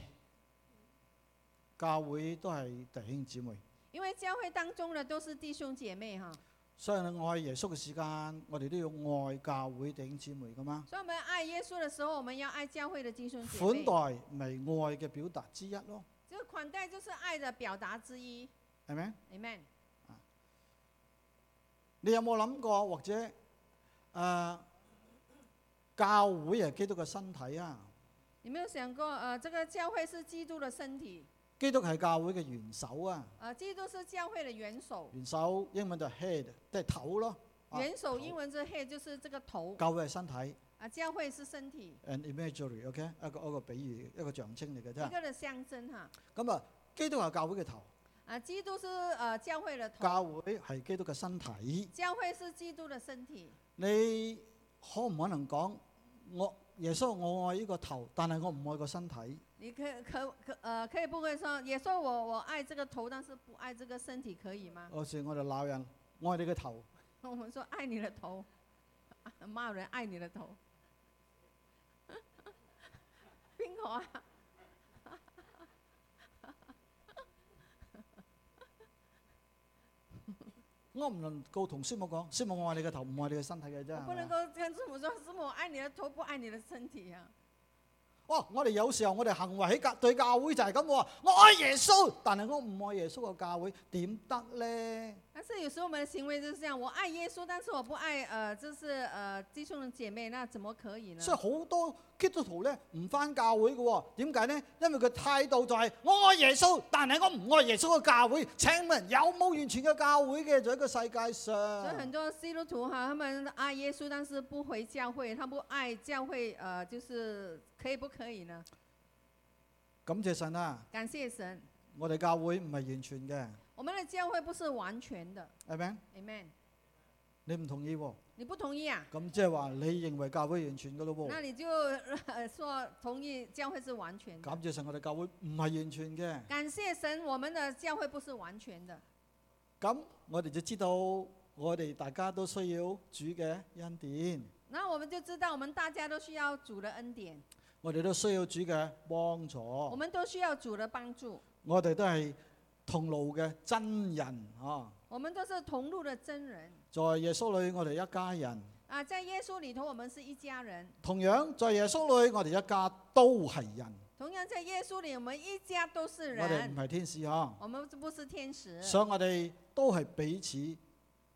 [SPEAKER 2] 教會都係弟兄姊妹，
[SPEAKER 1] 因为教会当中的都是弟兄姐妹哈，
[SPEAKER 2] 所以我愛耶穌嘅時間，我哋都要愛教會弟兄姊妹噶嘛。
[SPEAKER 1] 所以我们爱耶稣的时候，我们要爱教会的弟兄姐
[SPEAKER 2] 款
[SPEAKER 1] 妹。
[SPEAKER 2] 待咪愛嘅表達之一咯，
[SPEAKER 1] 这个款待就是爱的表达之一
[SPEAKER 2] 係咪？
[SPEAKER 1] ，amen。
[SPEAKER 2] 你有冇諗過或者誒、呃教會係基督嘅身體啊？
[SPEAKER 1] 有没有想过，呃，这个教会是基督的身体，
[SPEAKER 2] 基督係教會嘅元首啊，
[SPEAKER 1] 呃，基督是教会的元首，
[SPEAKER 2] 元首英文就 head，即係頭咯。啊
[SPEAKER 1] 元首
[SPEAKER 2] 頭
[SPEAKER 1] 英文字 head 就是这个头，
[SPEAKER 2] 教會係身體
[SPEAKER 1] 啊，教会是身体，
[SPEAKER 2] ，an imagery，OK，、一個一個比喻，一個象徵嚟嘅
[SPEAKER 1] 一
[SPEAKER 2] 啫。
[SPEAKER 1] 个的象征哈，
[SPEAKER 2] 咁啊，基督係教會嘅頭，
[SPEAKER 1] 啊，基督是呃教会的头，
[SPEAKER 2] 教會係基督嘅身體。
[SPEAKER 1] 教会是基督的身体。
[SPEAKER 2] 你可唔可能講我耶穌我愛呢個頭，但係我唔愛個身體？
[SPEAKER 1] 你可可可呃，可以不可以说，也说我我爱这个头，但是不爱这个身体，可以吗？
[SPEAKER 2] 有時我就鬧人，愛你嘅頭，
[SPEAKER 1] 我们说爱你的头， 啊骂人爱你的头， 冰口啊，
[SPEAKER 2] 我唔能夠同師母講，師母我愛你嘅頭，唔愛你嘅身體嘅啫。
[SPEAKER 1] 我不
[SPEAKER 2] 係咪
[SPEAKER 1] 能
[SPEAKER 2] 啊
[SPEAKER 1] 够跟师母说，师母我爱你的头，不爱你的身体啊。
[SPEAKER 2] 哦，我哋有時候我哋行為喺教對教會就係咁喎，我愛耶穌，但係我唔愛耶穌嘅教會點得呢？
[SPEAKER 1] 但是有时候我们的行为就是这样，我爱耶稣，但是我不爱呃，就是呃弟兄姐妹，那怎么可以呢？
[SPEAKER 2] 所以好多基督徒咧唔翻教會嘅喎，點解呢？因為佢態度就係、我愛耶穌，但係我唔愛耶穌嘅教會。請問有冇完全嘅教會嘅？就喺個世界
[SPEAKER 1] 所以很
[SPEAKER 2] 上，
[SPEAKER 1] 多基督徒哈，他们爱耶稣，但是不回教会，他不爱教会，呃，就是可以不可以呢？
[SPEAKER 2] 感謝神啊！
[SPEAKER 1] 感谢神，
[SPEAKER 2] 我哋教會唔係完全嘅，
[SPEAKER 1] 我们的教会不是完全的
[SPEAKER 2] 係咪？
[SPEAKER 1] ，amen。
[SPEAKER 2] 你唔同意喎？
[SPEAKER 1] 你不同意啊？
[SPEAKER 2] 咁即係話你認為教會完全嘅咯
[SPEAKER 1] 那
[SPEAKER 2] 喎？
[SPEAKER 1] 你就、呃说同意教会是完全的。
[SPEAKER 2] 感謝神，我哋教會唔係完全嘅。
[SPEAKER 1] 感谢神，我们的教会不是完全的，
[SPEAKER 2] 咁我哋就知道，我哋大家都需要主嘅恩典，
[SPEAKER 1] 那我们就知道我们大家都需要主的恩典，
[SPEAKER 2] 我哋都需要主嘅幫助，
[SPEAKER 1] 我们都需要主的帮助，
[SPEAKER 2] 我哋都係同路嘅真人啊！
[SPEAKER 1] 我们都是同路的真人
[SPEAKER 2] 在耶穌裏，我哋一家人；
[SPEAKER 1] 啊，在耶稣里头，我们是一家人。
[SPEAKER 2] 同樣在耶穌裏，我哋一家都係人，
[SPEAKER 1] 同样在耶穌里，我们一家都是
[SPEAKER 2] 我哋唔
[SPEAKER 1] 人，
[SPEAKER 2] 係天使啊！
[SPEAKER 1] 我们不是天使，
[SPEAKER 2] 所以我哋都係彼此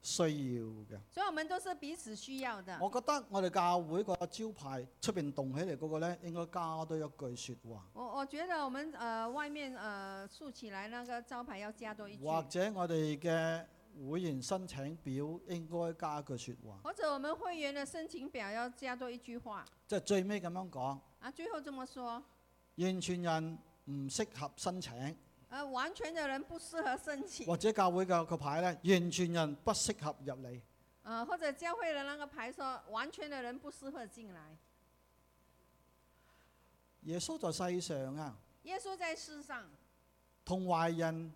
[SPEAKER 2] 需要嘅。
[SPEAKER 1] 所以我們都是彼此需要的。
[SPEAKER 2] 我覺得我哋教會個招牌出邊動起嚟嗰個咧，應該加多一句説話，
[SPEAKER 1] 我我觉得我们呃外面呃竖起来那个招牌要加多一句，
[SPEAKER 2] 或者我哋嘅會員申請表應該加句説話。
[SPEAKER 1] 或者我们会员的申请表要加多一句话
[SPEAKER 2] 即係最尾咁樣講，
[SPEAKER 1] 啊。最后这么说，
[SPEAKER 2] 完全人唔適合申請，
[SPEAKER 1] 呃完全的人不适合申请，
[SPEAKER 2] 或者教會嘅個牌呢，完全人不適合入嚟。
[SPEAKER 1] 呃或者教会的那个牌说完全的人不适合进来。
[SPEAKER 2] 耶穌在世上啊，
[SPEAKER 1] 耶稣在世上
[SPEAKER 2] 同壞人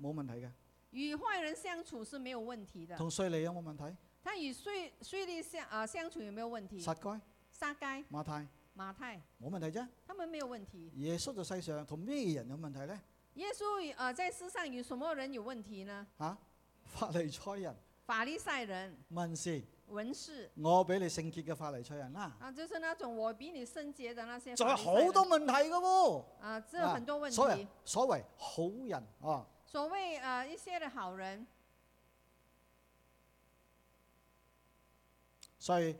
[SPEAKER 2] 冇問題嘅，
[SPEAKER 1] 与坏人相处是没有问题的，
[SPEAKER 2] 同税吏有冇問題？
[SPEAKER 1] 他与税税吏相啊、相处有没有问题？
[SPEAKER 2] 撒該、
[SPEAKER 1] 撒该、
[SPEAKER 2] 馬太
[SPEAKER 1] 马太。
[SPEAKER 2] 冇問題啫。
[SPEAKER 1] 他们没有問題。
[SPEAKER 2] 耶穌在世上同咩人有問題呢？
[SPEAKER 1] 耶穌與呃在世上與什么人有問題呢？
[SPEAKER 2] 嚇、法利賽人、
[SPEAKER 1] 法利賽人、
[SPEAKER 2] 文士、
[SPEAKER 1] 文士
[SPEAKER 2] 我俾你聖潔嘅法嚟催人啦。
[SPEAKER 1] 啊，就是那种我比你圣洁的那些
[SPEAKER 2] 仲有
[SPEAKER 1] 法利赛人。
[SPEAKER 2] 好多問題嘅喎、
[SPEAKER 1] 啊，这有很多问
[SPEAKER 2] 所謂
[SPEAKER 1] 题。
[SPEAKER 2] 所謂好人啊，
[SPEAKER 1] 所谓呃一些的好人，
[SPEAKER 2] 所以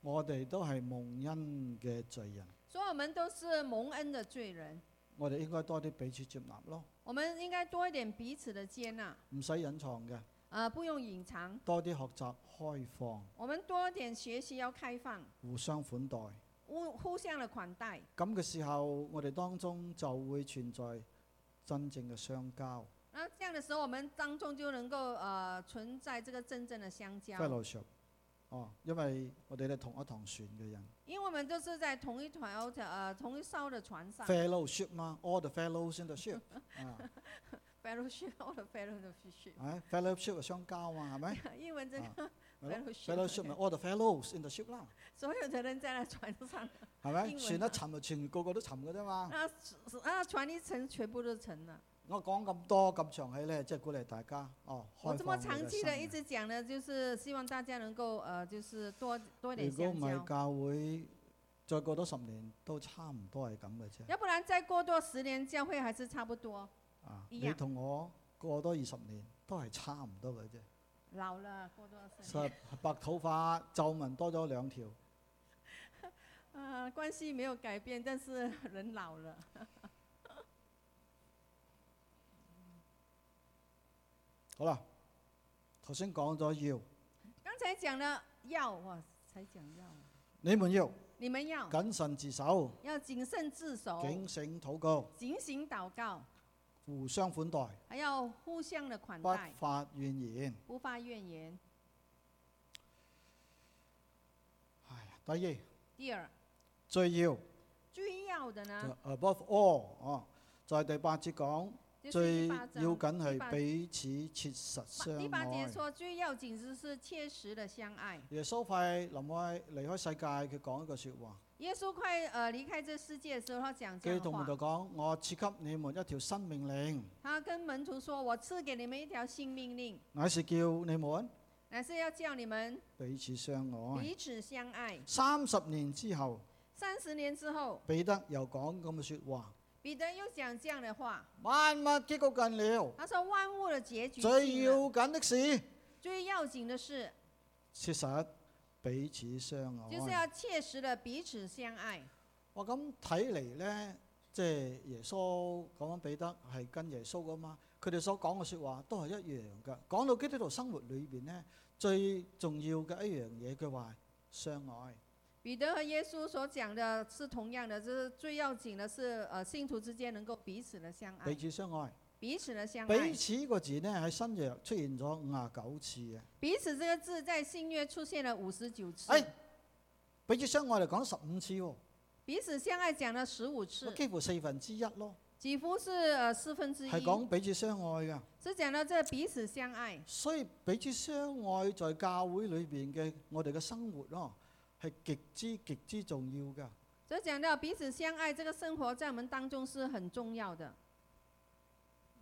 [SPEAKER 2] 我哋都係蒙恩嘅罪人，
[SPEAKER 1] 所以我们都是蒙恩的罪人，
[SPEAKER 2] 我哋應該多啲彼此接納咯，
[SPEAKER 1] 我们应该多一点彼此的接纳，
[SPEAKER 2] 唔使隱藏嘅，
[SPEAKER 1] 呃，不用隐藏，
[SPEAKER 2] 多啲學習開放，
[SPEAKER 1] 我们多一点学习要开放，
[SPEAKER 2] 互相款待。
[SPEAKER 1] 互互相的款待。
[SPEAKER 2] 咁嘅時候，我哋當中就會存在真正嘅相交
[SPEAKER 1] 那这样的时候，我们当中就能够呃存在这个真正的相交，
[SPEAKER 2] fellowship。哦，因為我哋係同一堂船嘅人
[SPEAKER 1] 因为我们都是在同一条呃同一艘的船上。
[SPEAKER 2] ，fellowship 嘛，all the fellows in the ship 啊，
[SPEAKER 1] fellowship or fellowship，
[SPEAKER 2] 係 fellowship 係相交嘛，係 咪？
[SPEAKER 1] 英文真的
[SPEAKER 2] 咪咯
[SPEAKER 1] fellowship
[SPEAKER 2] 啊 fellowship 咪 all the fellows in the ship 啦，
[SPEAKER 1] 所有的人在那船上，
[SPEAKER 2] 係咪？
[SPEAKER 1] 英文
[SPEAKER 2] 船
[SPEAKER 1] 啊
[SPEAKER 2] 一沉就全個個都沉嘅啫嘛。
[SPEAKER 1] 那那啊船一沉，全部都沉 了。
[SPEAKER 2] 我講咁多咁長氣咧，即係鼓勵大家哦，
[SPEAKER 1] 我
[SPEAKER 2] 開
[SPEAKER 1] 这么
[SPEAKER 2] 放你
[SPEAKER 1] 长
[SPEAKER 2] 嘅
[SPEAKER 1] 期
[SPEAKER 2] 心
[SPEAKER 1] 的一
[SPEAKER 2] 靈。
[SPEAKER 1] 直讲呢，就是希望大家能够呃，就是 多多点
[SPEAKER 2] 如果
[SPEAKER 1] 相
[SPEAKER 2] 唔
[SPEAKER 1] 交
[SPEAKER 2] 係，教會，再過多十年都差唔多係咁嘅啫。
[SPEAKER 1] 要不然再过多十年教会还是差不多
[SPEAKER 2] 啊，
[SPEAKER 1] 一
[SPEAKER 2] 你
[SPEAKER 1] 樣
[SPEAKER 2] 同我過多二十年都係差唔 多嘅啫。
[SPEAKER 1] 老了，过多十年，
[SPEAKER 2] 實白頭髮皺紋多咗兩條，
[SPEAKER 1] 呃，关系没有改变，但是人老了。
[SPEAKER 2] 好啦。頭先講咗要，
[SPEAKER 1] 刚才讲了要哇，才讲要，
[SPEAKER 2] 你們要
[SPEAKER 1] 你们要
[SPEAKER 2] 謹慎自守，
[SPEAKER 1] 要谨慎自守，
[SPEAKER 2] 警醒禱告，
[SPEAKER 1] 警醒祷告，
[SPEAKER 2] 互相款待，
[SPEAKER 1] 还要互相的款
[SPEAKER 2] 不
[SPEAKER 1] 待，
[SPEAKER 2] 發怨言。
[SPEAKER 1] 不发怨言。
[SPEAKER 2] 哎呀，第二
[SPEAKER 1] 第二，
[SPEAKER 2] 最要
[SPEAKER 1] 最要的呢，
[SPEAKER 2] 就 above all 哦，在第八節講
[SPEAKER 1] 就是
[SPEAKER 2] 啊最
[SPEAKER 1] 第
[SPEAKER 2] 要
[SPEAKER 1] 八章。
[SPEAKER 2] 緊
[SPEAKER 1] 第
[SPEAKER 2] 係
[SPEAKER 1] 八
[SPEAKER 2] 彼此切實相
[SPEAKER 1] 第八节
[SPEAKER 2] 愛。
[SPEAKER 1] 说，最要紧就是切实的相爱。
[SPEAKER 2] 耶穌快臨開離開世界，佢講一句説話。
[SPEAKER 1] 耶稣快呃离开这世界的时候，他讲这
[SPEAKER 2] 基
[SPEAKER 1] 样的
[SPEAKER 2] 督門就
[SPEAKER 1] 话。
[SPEAKER 2] 講：我賜給你們一條新命令，
[SPEAKER 1] 他跟门徒说：“我赐给你们一条新命令，
[SPEAKER 2] 乃是叫你們
[SPEAKER 1] 乃是要叫你们
[SPEAKER 2] 彼此相愛。
[SPEAKER 1] 彼此相爱。
[SPEAKER 2] 三十年之後，”
[SPEAKER 1] 三十年之后，
[SPEAKER 2] 彼得又講咁嘅説話：
[SPEAKER 1] 彼得又讲这樣的话，
[SPEAKER 2] 萬物結局近了，
[SPEAKER 1] 他说：“万物的结局
[SPEAKER 2] 最
[SPEAKER 1] 近
[SPEAKER 2] 要
[SPEAKER 1] 了，
[SPEAKER 2] 緊的事，
[SPEAKER 1] 最要紧的是，
[SPEAKER 2] 切實彼此相
[SPEAKER 1] 就是
[SPEAKER 2] 愛。
[SPEAKER 1] 要切实的彼此相爱。
[SPEAKER 2] 我咁睇嚟呢，即係耶穌講緊彼得係跟耶穌噶嘛，佢哋所講嘅説話都係一樣嘅。講到基督徒生活裏邊呢，最重要嘅一樣嘢，佢話相愛。”
[SPEAKER 1] 彼得和耶稣所讲的是同样的，就是最要紧的是，呃，信徒之间能够彼此的相
[SPEAKER 2] 彼
[SPEAKER 1] 爱，
[SPEAKER 2] 此相愛，
[SPEAKER 1] 彼此的相
[SPEAKER 2] 彼
[SPEAKER 1] 爱。
[SPEAKER 2] 此個字呢喺新約出現咗五廿九次嘅。
[SPEAKER 1] 彼此这个字在新约出現了五十九次，
[SPEAKER 2] 哎，彼此相愛嚟講十五次喎，
[SPEAKER 1] 彼此相愛講了十五次，
[SPEAKER 2] 幾乎四分之一咯，
[SPEAKER 1] 幾乎是呃四分之一
[SPEAKER 2] 係。講彼此相愛嘅。
[SPEAKER 1] 是講到这彼此相愛，
[SPEAKER 2] 所以彼此相愛在教會裏邊嘅我哋嘅生活咯，係極之極之重要嘅。
[SPEAKER 1] 所以講到彼此相愛，這個生活在我們當中是很重要的，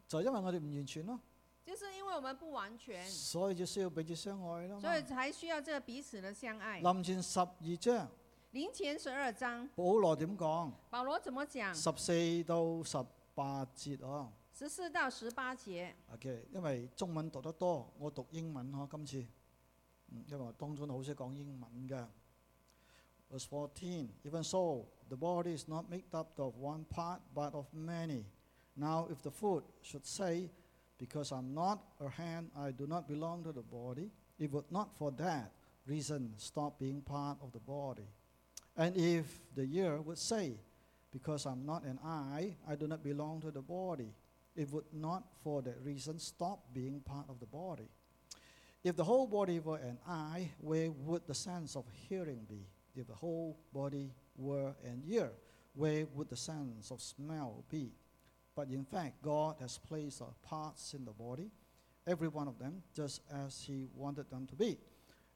[SPEAKER 2] 就因為我哋唔完全咯，
[SPEAKER 1] 就是因為我們不完全，
[SPEAKER 2] 所以就需要彼此相愛咯嘛。
[SPEAKER 1] 所以才需要这彼此的相愛。
[SPEAKER 2] 林前十二章，
[SPEAKER 1] 林前十二章，
[SPEAKER 2] 保羅點講？
[SPEAKER 1] 保羅怎麼講？
[SPEAKER 2] 十四到十八節哦。
[SPEAKER 1] 十四到十八節，
[SPEAKER 2] OK，因為中文讀得多，我讀英文嗬，今次，嗯，因為我當中好少講英文嘅。Verse fourteen, even so, the body is not made up of one part, but of many. Now, if the foot should say, "Because I'm not a hand, I do not belong to the body," it would not for that reason stop being part of the body. And if the ear would say, "Because I'm not an eye, I do not belong to the body," it would not for that reason stop being part of the body. If the whole body were an eye, where would the sense of hearing be? If the whole body were an ear, where would the sense of smell be? But in fact, God has placed our parts in the body, every one of them, just as He wanted them to be.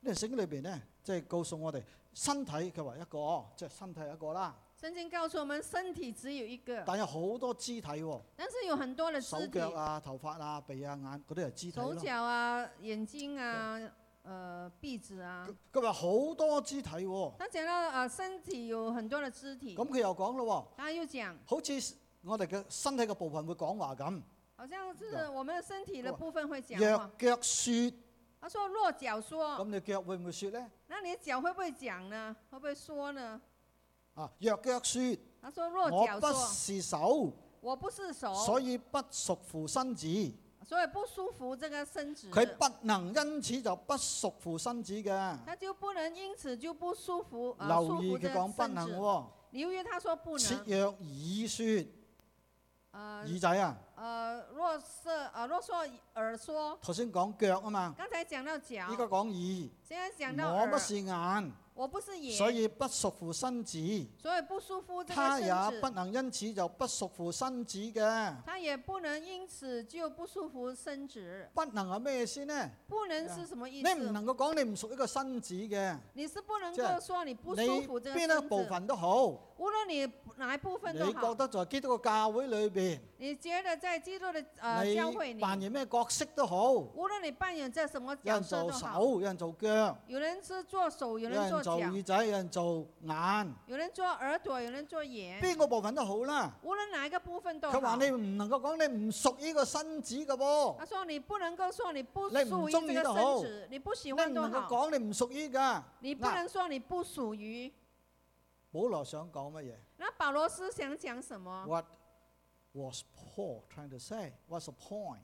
[SPEAKER 2] 呢聖經裏邊呢，即係告訴我哋身體佢話一個，即係身體係一個啦，
[SPEAKER 1] 聖經告訴我們，身體只有一個，
[SPEAKER 2] 但有好多肢體喎、
[SPEAKER 1] 但是有很多的肢
[SPEAKER 2] 手
[SPEAKER 1] 體
[SPEAKER 2] 啊腳，啊、頭髮啊、鼻啊、眼嗰啲係肢體
[SPEAKER 1] 手
[SPEAKER 2] 咯。
[SPEAKER 1] 腳啊、眼睛啊、呃壁纸啊。
[SPEAKER 2] 佢佢話好多肢體喎，
[SPEAKER 1] 他讲到呃身体有很多的肢体，
[SPEAKER 2] 咁佢又講咯
[SPEAKER 1] 他又讲
[SPEAKER 2] 喎，好似我哋嘅身體嘅部分會講話咁，
[SPEAKER 1] 好像是
[SPEAKER 2] 呀
[SPEAKER 1] 我们的身体的
[SPEAKER 2] 哇
[SPEAKER 1] 部分会讲
[SPEAKER 2] 若
[SPEAKER 1] 话。
[SPEAKER 2] 腳説，
[SPEAKER 1] 他说落脚
[SPEAKER 2] 咁
[SPEAKER 1] 说，
[SPEAKER 2] 你腳會唔會説呢？
[SPEAKER 1] 那你的脚会不会讲呢？会不会说呢？
[SPEAKER 2] 啊，若腳説，
[SPEAKER 1] 他说落脚
[SPEAKER 2] 我不
[SPEAKER 1] 说，
[SPEAKER 2] 是手，
[SPEAKER 1] 我不是手，
[SPEAKER 2] 所以不屬乎身子，
[SPEAKER 1] 所以不舒服这个身子，
[SPEAKER 2] 佢不能因此就不屬乎身子嘅。
[SPEAKER 1] 他就不能因此就不舒服哎啊、呃，舒
[SPEAKER 2] 留
[SPEAKER 1] 服
[SPEAKER 2] 意
[SPEAKER 1] 这
[SPEAKER 2] 佢
[SPEAKER 1] 个
[SPEAKER 2] 講不
[SPEAKER 1] 身
[SPEAKER 2] 能
[SPEAKER 1] 子。
[SPEAKER 2] 喎，
[SPEAKER 1] 由於他说不
[SPEAKER 2] 切
[SPEAKER 1] 能，
[SPEAKER 2] 若耳説，
[SPEAKER 1] 呃
[SPEAKER 2] 耳仔啊，
[SPEAKER 1] 呃，若是呃若说耳说，
[SPEAKER 2] 頭先講腳啊嘛，
[SPEAKER 1] 刚才讲到脚
[SPEAKER 2] 依，家講耳。
[SPEAKER 1] 现在讲到
[SPEAKER 2] 我
[SPEAKER 1] 耳
[SPEAKER 2] 不，是眼，
[SPEAKER 1] 我不是眼，
[SPEAKER 2] 所以不屬乎身子。
[SPEAKER 1] 所以不舒服这个
[SPEAKER 2] 他
[SPEAKER 1] 身
[SPEAKER 2] 也不
[SPEAKER 1] 子，
[SPEAKER 2] 能因此就不屬乎身子嘅。
[SPEAKER 1] 他也不能因此就不舒服身子，
[SPEAKER 2] 不能係咩意思呢？
[SPEAKER 1] 不能是什么
[SPEAKER 2] 啊你
[SPEAKER 1] 意
[SPEAKER 2] 唔
[SPEAKER 1] 思？
[SPEAKER 2] 能夠講你唔屬於個身子嘅，
[SPEAKER 1] 你是不能
[SPEAKER 2] 即係
[SPEAKER 1] 够说你
[SPEAKER 2] 你
[SPEAKER 1] 不舒服这个
[SPEAKER 2] 邊一個
[SPEAKER 1] 身
[SPEAKER 2] 部
[SPEAKER 1] 子，
[SPEAKER 2] 分都好，
[SPEAKER 1] 无论你哪一部分
[SPEAKER 2] 你
[SPEAKER 1] 都
[SPEAKER 2] 覺
[SPEAKER 1] 好，
[SPEAKER 2] 得在基督嘅教會裏邊，
[SPEAKER 1] 你觉得在基督的呃教会
[SPEAKER 2] 你
[SPEAKER 1] 里，
[SPEAKER 2] 扮演咩角色都好，
[SPEAKER 1] 无论你扮演在什么
[SPEAKER 2] 有
[SPEAKER 1] 角
[SPEAKER 2] 人
[SPEAKER 1] 色都
[SPEAKER 2] 做
[SPEAKER 1] 好，
[SPEAKER 2] 手，有人做腳，
[SPEAKER 1] 有人是做手，有
[SPEAKER 2] 有
[SPEAKER 1] 人做脚
[SPEAKER 2] 人做，耳仔，有人做眼，
[SPEAKER 1] 有人做耳朵，有人做眼。
[SPEAKER 2] 邊個部分都好啦。
[SPEAKER 1] 无论哪一个部分都
[SPEAKER 2] 佢話
[SPEAKER 1] 好。
[SPEAKER 2] 你唔能夠講你唔屬於個身子嘅
[SPEAKER 1] 他
[SPEAKER 2] 噃，
[SPEAKER 1] 说你不能够说你不
[SPEAKER 2] 你唔
[SPEAKER 1] 属于
[SPEAKER 2] 中
[SPEAKER 1] 这
[SPEAKER 2] 意
[SPEAKER 1] 个
[SPEAKER 2] 都
[SPEAKER 1] 身
[SPEAKER 2] 好
[SPEAKER 1] 子，你不喜
[SPEAKER 2] 你
[SPEAKER 1] 欢
[SPEAKER 2] 唔
[SPEAKER 1] 都
[SPEAKER 2] 能夠
[SPEAKER 1] 好，
[SPEAKER 2] 講你唔屬於㗎。
[SPEAKER 1] 你不
[SPEAKER 2] 嗱
[SPEAKER 1] 能说你不属于。
[SPEAKER 2] 保羅想講乜嘢？
[SPEAKER 1] 那保罗斯想讲什么？
[SPEAKER 2] What was Paul trying to say? What's the point?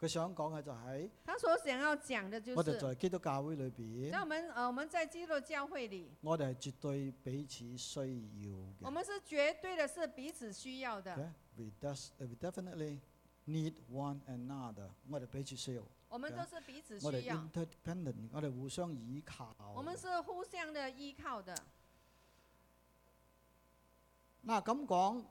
[SPEAKER 2] 佢想講嘅就係
[SPEAKER 1] 他所想要讲的就
[SPEAKER 2] 我哋
[SPEAKER 1] 是，
[SPEAKER 2] 在基督教會裏邊
[SPEAKER 1] 那，我们呃我们在基督教会里，
[SPEAKER 2] 我哋係絕對彼此需要
[SPEAKER 1] 我
[SPEAKER 2] 嘅。
[SPEAKER 1] 们是绝对的是彼此需要的，
[SPEAKER 2] Okay? We, des- we definitely need one another。我哋彼此需要，
[SPEAKER 1] 我们都是彼此
[SPEAKER 2] 我哋
[SPEAKER 1] 需要，
[SPEAKER 2] interdependent，我哋互相依靠。
[SPEAKER 1] 我们是互相的依靠的。
[SPEAKER 2] 嗱咁講，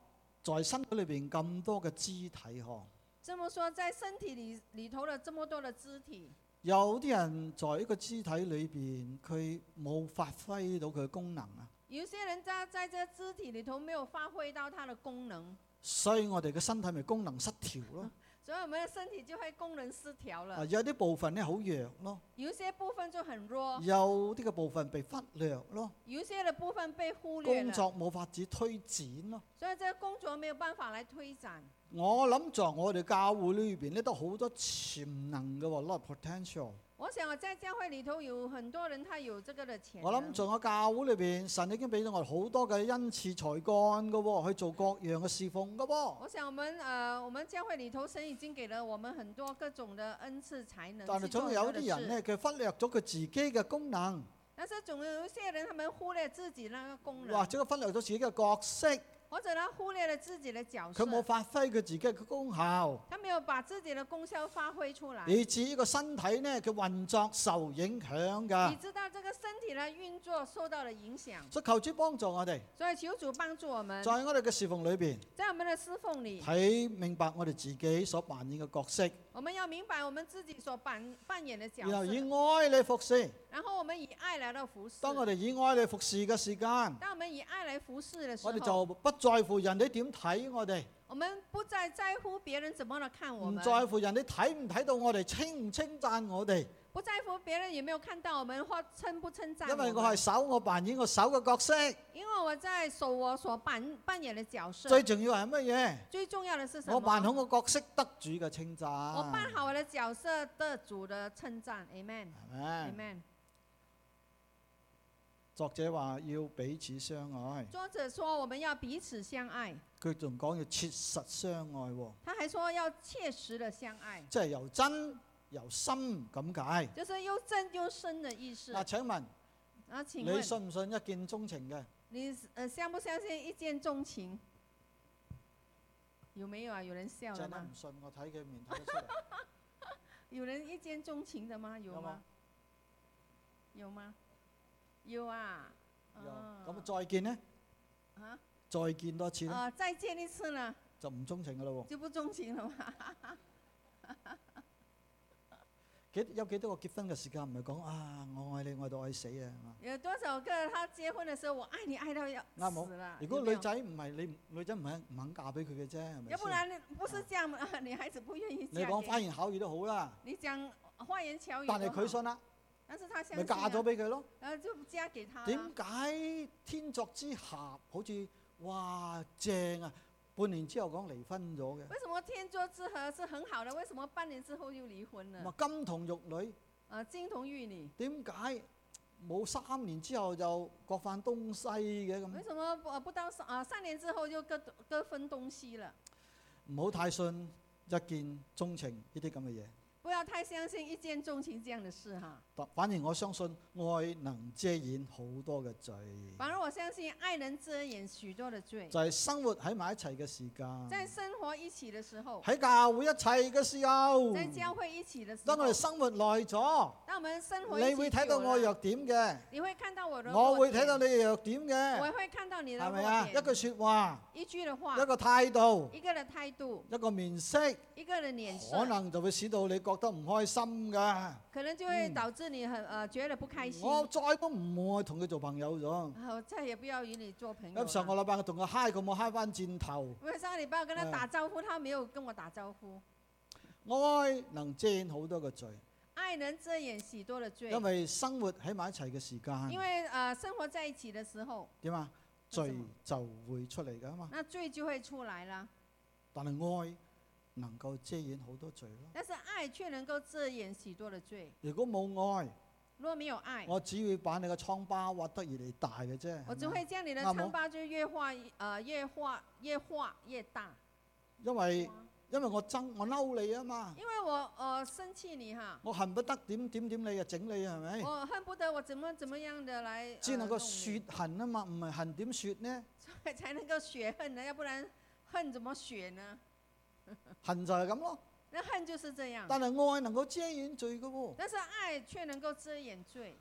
[SPEAKER 2] 在身體裏邊咁多嘅肢體呵，
[SPEAKER 1] 这么说，在身体里里头的这么多的肢体，
[SPEAKER 2] 有啲人在一個肢體裏邊，佢冇發揮到佢嘅功能啊。
[SPEAKER 1] 有些人在在这肢体里头没有发挥到它的功能，
[SPEAKER 2] 所以我哋嘅身體咪功能失調咯。
[SPEAKER 1] 所以我们的身体就会功能失调了
[SPEAKER 2] 啊，。有啲部分咧好弱咯，
[SPEAKER 1] 有一些部分就很弱，
[SPEAKER 2] 有啲嘅部分被忽略咯，
[SPEAKER 1] 有一些的部分被忽略
[SPEAKER 2] 工
[SPEAKER 1] 了，
[SPEAKER 2] 作冇法子推展咯。
[SPEAKER 1] 所以这工作没有办法来推展。
[SPEAKER 2] 我諗在我哋教會裏邊咧都好多潛能嘅喎，攞 potential。
[SPEAKER 1] 我想我在教会里头有很多人，他有这个的潜
[SPEAKER 2] 我諗
[SPEAKER 1] 能。
[SPEAKER 2] 在我教會裏邊，神已經俾咗我哋好多嘅恩賜才幹嘅喎，去做各樣嘅侍奉嘅喎。
[SPEAKER 1] 我想我们呃，我们教会里头神已经给了我们很多各种的恩赐才能
[SPEAKER 2] 但係
[SPEAKER 1] 去做
[SPEAKER 2] 總
[SPEAKER 1] 很
[SPEAKER 2] 有
[SPEAKER 1] 多的
[SPEAKER 2] 啲人
[SPEAKER 1] 事。
[SPEAKER 2] 咧，佢忽略咗佢自己嘅功能，
[SPEAKER 1] 但是总有一些人，他们忽略自己那个功
[SPEAKER 2] 或
[SPEAKER 1] 能，
[SPEAKER 2] 者佢忽略咗自己嘅角色，
[SPEAKER 1] 或者他忽略了自己的角
[SPEAKER 2] 佢冇
[SPEAKER 1] 色，
[SPEAKER 2] 發揮佢自己嘅功效。
[SPEAKER 1] 他没有把自己的功效发挥出来。
[SPEAKER 2] 以至呢個身體呢，佢運作受影響
[SPEAKER 1] 你
[SPEAKER 2] 㗎。
[SPEAKER 1] 知道这个身体的运作受到了影响，
[SPEAKER 2] 所以求主幫助我哋，
[SPEAKER 1] 所以求主帮助我们
[SPEAKER 2] 在，我哋嘅侍奉裏邊
[SPEAKER 1] 在我们的侍奉里。
[SPEAKER 2] 睇明白我哋自己所扮演嘅角色，
[SPEAKER 1] 我们要明白我们自己所扮扮演的角
[SPEAKER 2] 然後以
[SPEAKER 1] 色，
[SPEAKER 2] 愛嚟服侍。
[SPEAKER 1] 然后我们以爱来到服侍。
[SPEAKER 2] 當我哋以愛嚟服侍嘅時間，
[SPEAKER 1] 当我们以爱来服侍的时
[SPEAKER 2] 我哋
[SPEAKER 1] 候，
[SPEAKER 2] 就不在乎人哋點睇我哋，
[SPEAKER 1] 我们不再在乎别人怎么来看我
[SPEAKER 2] 唔
[SPEAKER 1] 们，
[SPEAKER 2] 在乎人哋睇唔睇到我哋，稱唔稱讚我哋，
[SPEAKER 1] 不在乎别人有没有看到我们或称不称赞
[SPEAKER 2] 因為我係
[SPEAKER 1] 们
[SPEAKER 2] 手，我扮演我手嘅角色。
[SPEAKER 1] 因为我在守我所扮扮演的角色。
[SPEAKER 2] 最重要係乜嘢？
[SPEAKER 1] 最重要的是什么？
[SPEAKER 2] 我扮好我啊角色，得主嘅稱讚。
[SPEAKER 1] 我扮
[SPEAKER 2] 係
[SPEAKER 1] 好我的角色，得主的称赞。Amen。
[SPEAKER 2] 咪？
[SPEAKER 1] Amen。
[SPEAKER 2] 作者話要彼此相愛。
[SPEAKER 1] 作者说我们要彼此相爱，
[SPEAKER 2] 佢仲講要切實相愛喎、
[SPEAKER 1] 他还说要切实的相爱，
[SPEAKER 2] 即係由真由心咁解。
[SPEAKER 1] 就是又真又深的意思
[SPEAKER 2] 嗱、。請問
[SPEAKER 1] 那请
[SPEAKER 2] 你
[SPEAKER 1] 问？
[SPEAKER 2] 信唔信一見鍾情嘅？
[SPEAKER 1] 你呃相不相信一见钟情？有没有啊？有人笑了
[SPEAKER 2] 真係
[SPEAKER 1] 吗
[SPEAKER 2] 唔？信，我睇佢面睇得 出嚟。
[SPEAKER 1] 有人一见钟情的吗？有
[SPEAKER 2] 有
[SPEAKER 1] 吗
[SPEAKER 2] 吗？
[SPEAKER 1] 有吗？有啊。
[SPEAKER 2] 有
[SPEAKER 1] 啊
[SPEAKER 2] 咁再見呢？
[SPEAKER 1] 啊
[SPEAKER 2] 再見多次呢，
[SPEAKER 1] 啊！再见一次呢，
[SPEAKER 2] 就唔鍾情噶啦喎。
[SPEAKER 1] 就不钟情了嘛？
[SPEAKER 2] 幾有幾多個結婚嘅時間唔係講啊，我愛你愛到愛死啊，係嘛？
[SPEAKER 1] 有多少个他结婚的时候，我爱你爱到要
[SPEAKER 2] 啱冇
[SPEAKER 1] 死了？
[SPEAKER 2] 如果
[SPEAKER 1] 有没
[SPEAKER 2] 女
[SPEAKER 1] 有
[SPEAKER 2] 仔唔係你女仔唔肯唔肯嫁俾佢嘅啫，係咪
[SPEAKER 1] 要不
[SPEAKER 2] 先？
[SPEAKER 1] 然你不是这样 嘛？女孩子不愿意
[SPEAKER 2] 你
[SPEAKER 1] 嫁
[SPEAKER 2] 講花
[SPEAKER 1] 给
[SPEAKER 2] 言巧語都好啦，
[SPEAKER 1] 你讲花言巧语都
[SPEAKER 2] 但
[SPEAKER 1] 好，
[SPEAKER 2] 係佢信啦，
[SPEAKER 1] 但是他相信
[SPEAKER 2] 咪嫁咗
[SPEAKER 1] 啊，
[SPEAKER 2] 俾佢咯。
[SPEAKER 1] 然后就嫁给他
[SPEAKER 2] 點
[SPEAKER 1] 了。
[SPEAKER 2] 解天作之合好似哇正啊？半年之後講離婚咗嘅，
[SPEAKER 1] 为什么天作之合是很好的？为什么半年之后又离婚
[SPEAKER 2] 咪
[SPEAKER 1] 了？
[SPEAKER 2] 啊金童玉女，
[SPEAKER 1] 呃，金童玉女，
[SPEAKER 2] 點解冇三年之後就各犯東西
[SPEAKER 1] 为
[SPEAKER 2] 嘅咁？
[SPEAKER 1] 什么不呃不到三呃三年之后就各各分东西了？
[SPEAKER 2] 唔好太信一見鍾情呢啲咁嘅嘢。
[SPEAKER 1] 不要太相信一见钟情这样的事哈。
[SPEAKER 2] 但反而我相信愛能遮掩好多嘅罪，
[SPEAKER 1] 反而我相信爱能遮掩许多的罪。
[SPEAKER 2] 就係生活喺埋一齊嘅時間，
[SPEAKER 1] 在生活一起的时候，
[SPEAKER 2] 喺教會一齊嘅時候，
[SPEAKER 1] 在教會一起的时候
[SPEAKER 2] 當我，哋生活耐咗，
[SPEAKER 1] 当我们生活一
[SPEAKER 2] 你
[SPEAKER 1] 起
[SPEAKER 2] 會
[SPEAKER 1] 久
[SPEAKER 2] 睇到我
[SPEAKER 1] 了
[SPEAKER 2] 弱點嘅，
[SPEAKER 1] 你会看到我的
[SPEAKER 2] 我
[SPEAKER 1] 弱
[SPEAKER 2] 會
[SPEAKER 1] 点
[SPEAKER 2] 睇到你嘅弱點
[SPEAKER 1] 我
[SPEAKER 2] 嘅，
[SPEAKER 1] 也会看到你的
[SPEAKER 2] 係
[SPEAKER 1] 弱
[SPEAKER 2] 咪啊？
[SPEAKER 1] 点。
[SPEAKER 2] 一句说話，
[SPEAKER 1] 一句的话
[SPEAKER 2] 一，個態度，
[SPEAKER 1] 一个的态度，
[SPEAKER 2] 一個面色，
[SPEAKER 1] 一个的脸色
[SPEAKER 2] 可，能就會使到你覺得唔開心㗎。
[SPEAKER 1] 可能就会
[SPEAKER 2] 嗯
[SPEAKER 1] 导致你很呃觉得不开心。
[SPEAKER 2] 我再都唔會同佢做朋友咗。
[SPEAKER 1] 啊我再也不要与你做朋友
[SPEAKER 2] 咁
[SPEAKER 1] 了。
[SPEAKER 2] 上個禮拜我同佢嗨，佢冇嗨翻轉頭。
[SPEAKER 1] 因为上个礼拜我跟他
[SPEAKER 2] 嗯
[SPEAKER 1] 打招呼，他没有跟我打招呼。
[SPEAKER 2] 愛能遮掩好多嘅罪，
[SPEAKER 1] 爱能遮掩许多的罪，
[SPEAKER 2] 因為生活喺埋一齊嘅時
[SPEAKER 1] 因
[SPEAKER 2] 間，
[SPEAKER 1] 为呃生活在一起的时候，
[SPEAKER 2] 點啊？
[SPEAKER 1] 為
[SPEAKER 2] 罪
[SPEAKER 1] 什麼
[SPEAKER 2] 就會出嚟㗎嘛。
[SPEAKER 1] 那罪就会出来了。
[SPEAKER 2] 但係愛能夠遮掩好多罪咯。
[SPEAKER 1] 但是爱却能够遮掩许多的罪。
[SPEAKER 2] 如果冇愛，
[SPEAKER 1] 若没有爱，
[SPEAKER 2] 我只會把你嘅瘡疤挖得越嚟越大嘅啫。
[SPEAKER 1] 我
[SPEAKER 2] 係
[SPEAKER 1] 只
[SPEAKER 2] 咪
[SPEAKER 1] 会将你的
[SPEAKER 2] 那么
[SPEAKER 1] 疮疤就越画呃越画越画越大。
[SPEAKER 2] 因為因為我憎我嬲你啊嘛，
[SPEAKER 1] 因为我呃生气你哈，
[SPEAKER 2] 我恨不得點點點你啊整你係咪？
[SPEAKER 1] 我恨不得我怎么怎么样的来，呃
[SPEAKER 2] 只能夠
[SPEAKER 1] 血
[SPEAKER 2] 雪恨啊嘛，唔係恨點雪呢？
[SPEAKER 1] 才能够血恨呢，要不然恨怎么血呢？嗯
[SPEAKER 2] 恨就係咁咯。
[SPEAKER 1] 那恨就是这样，
[SPEAKER 2] 但係愛能夠遮掩罪嘅喎。
[SPEAKER 1] 但是爱却能够遮掩罪。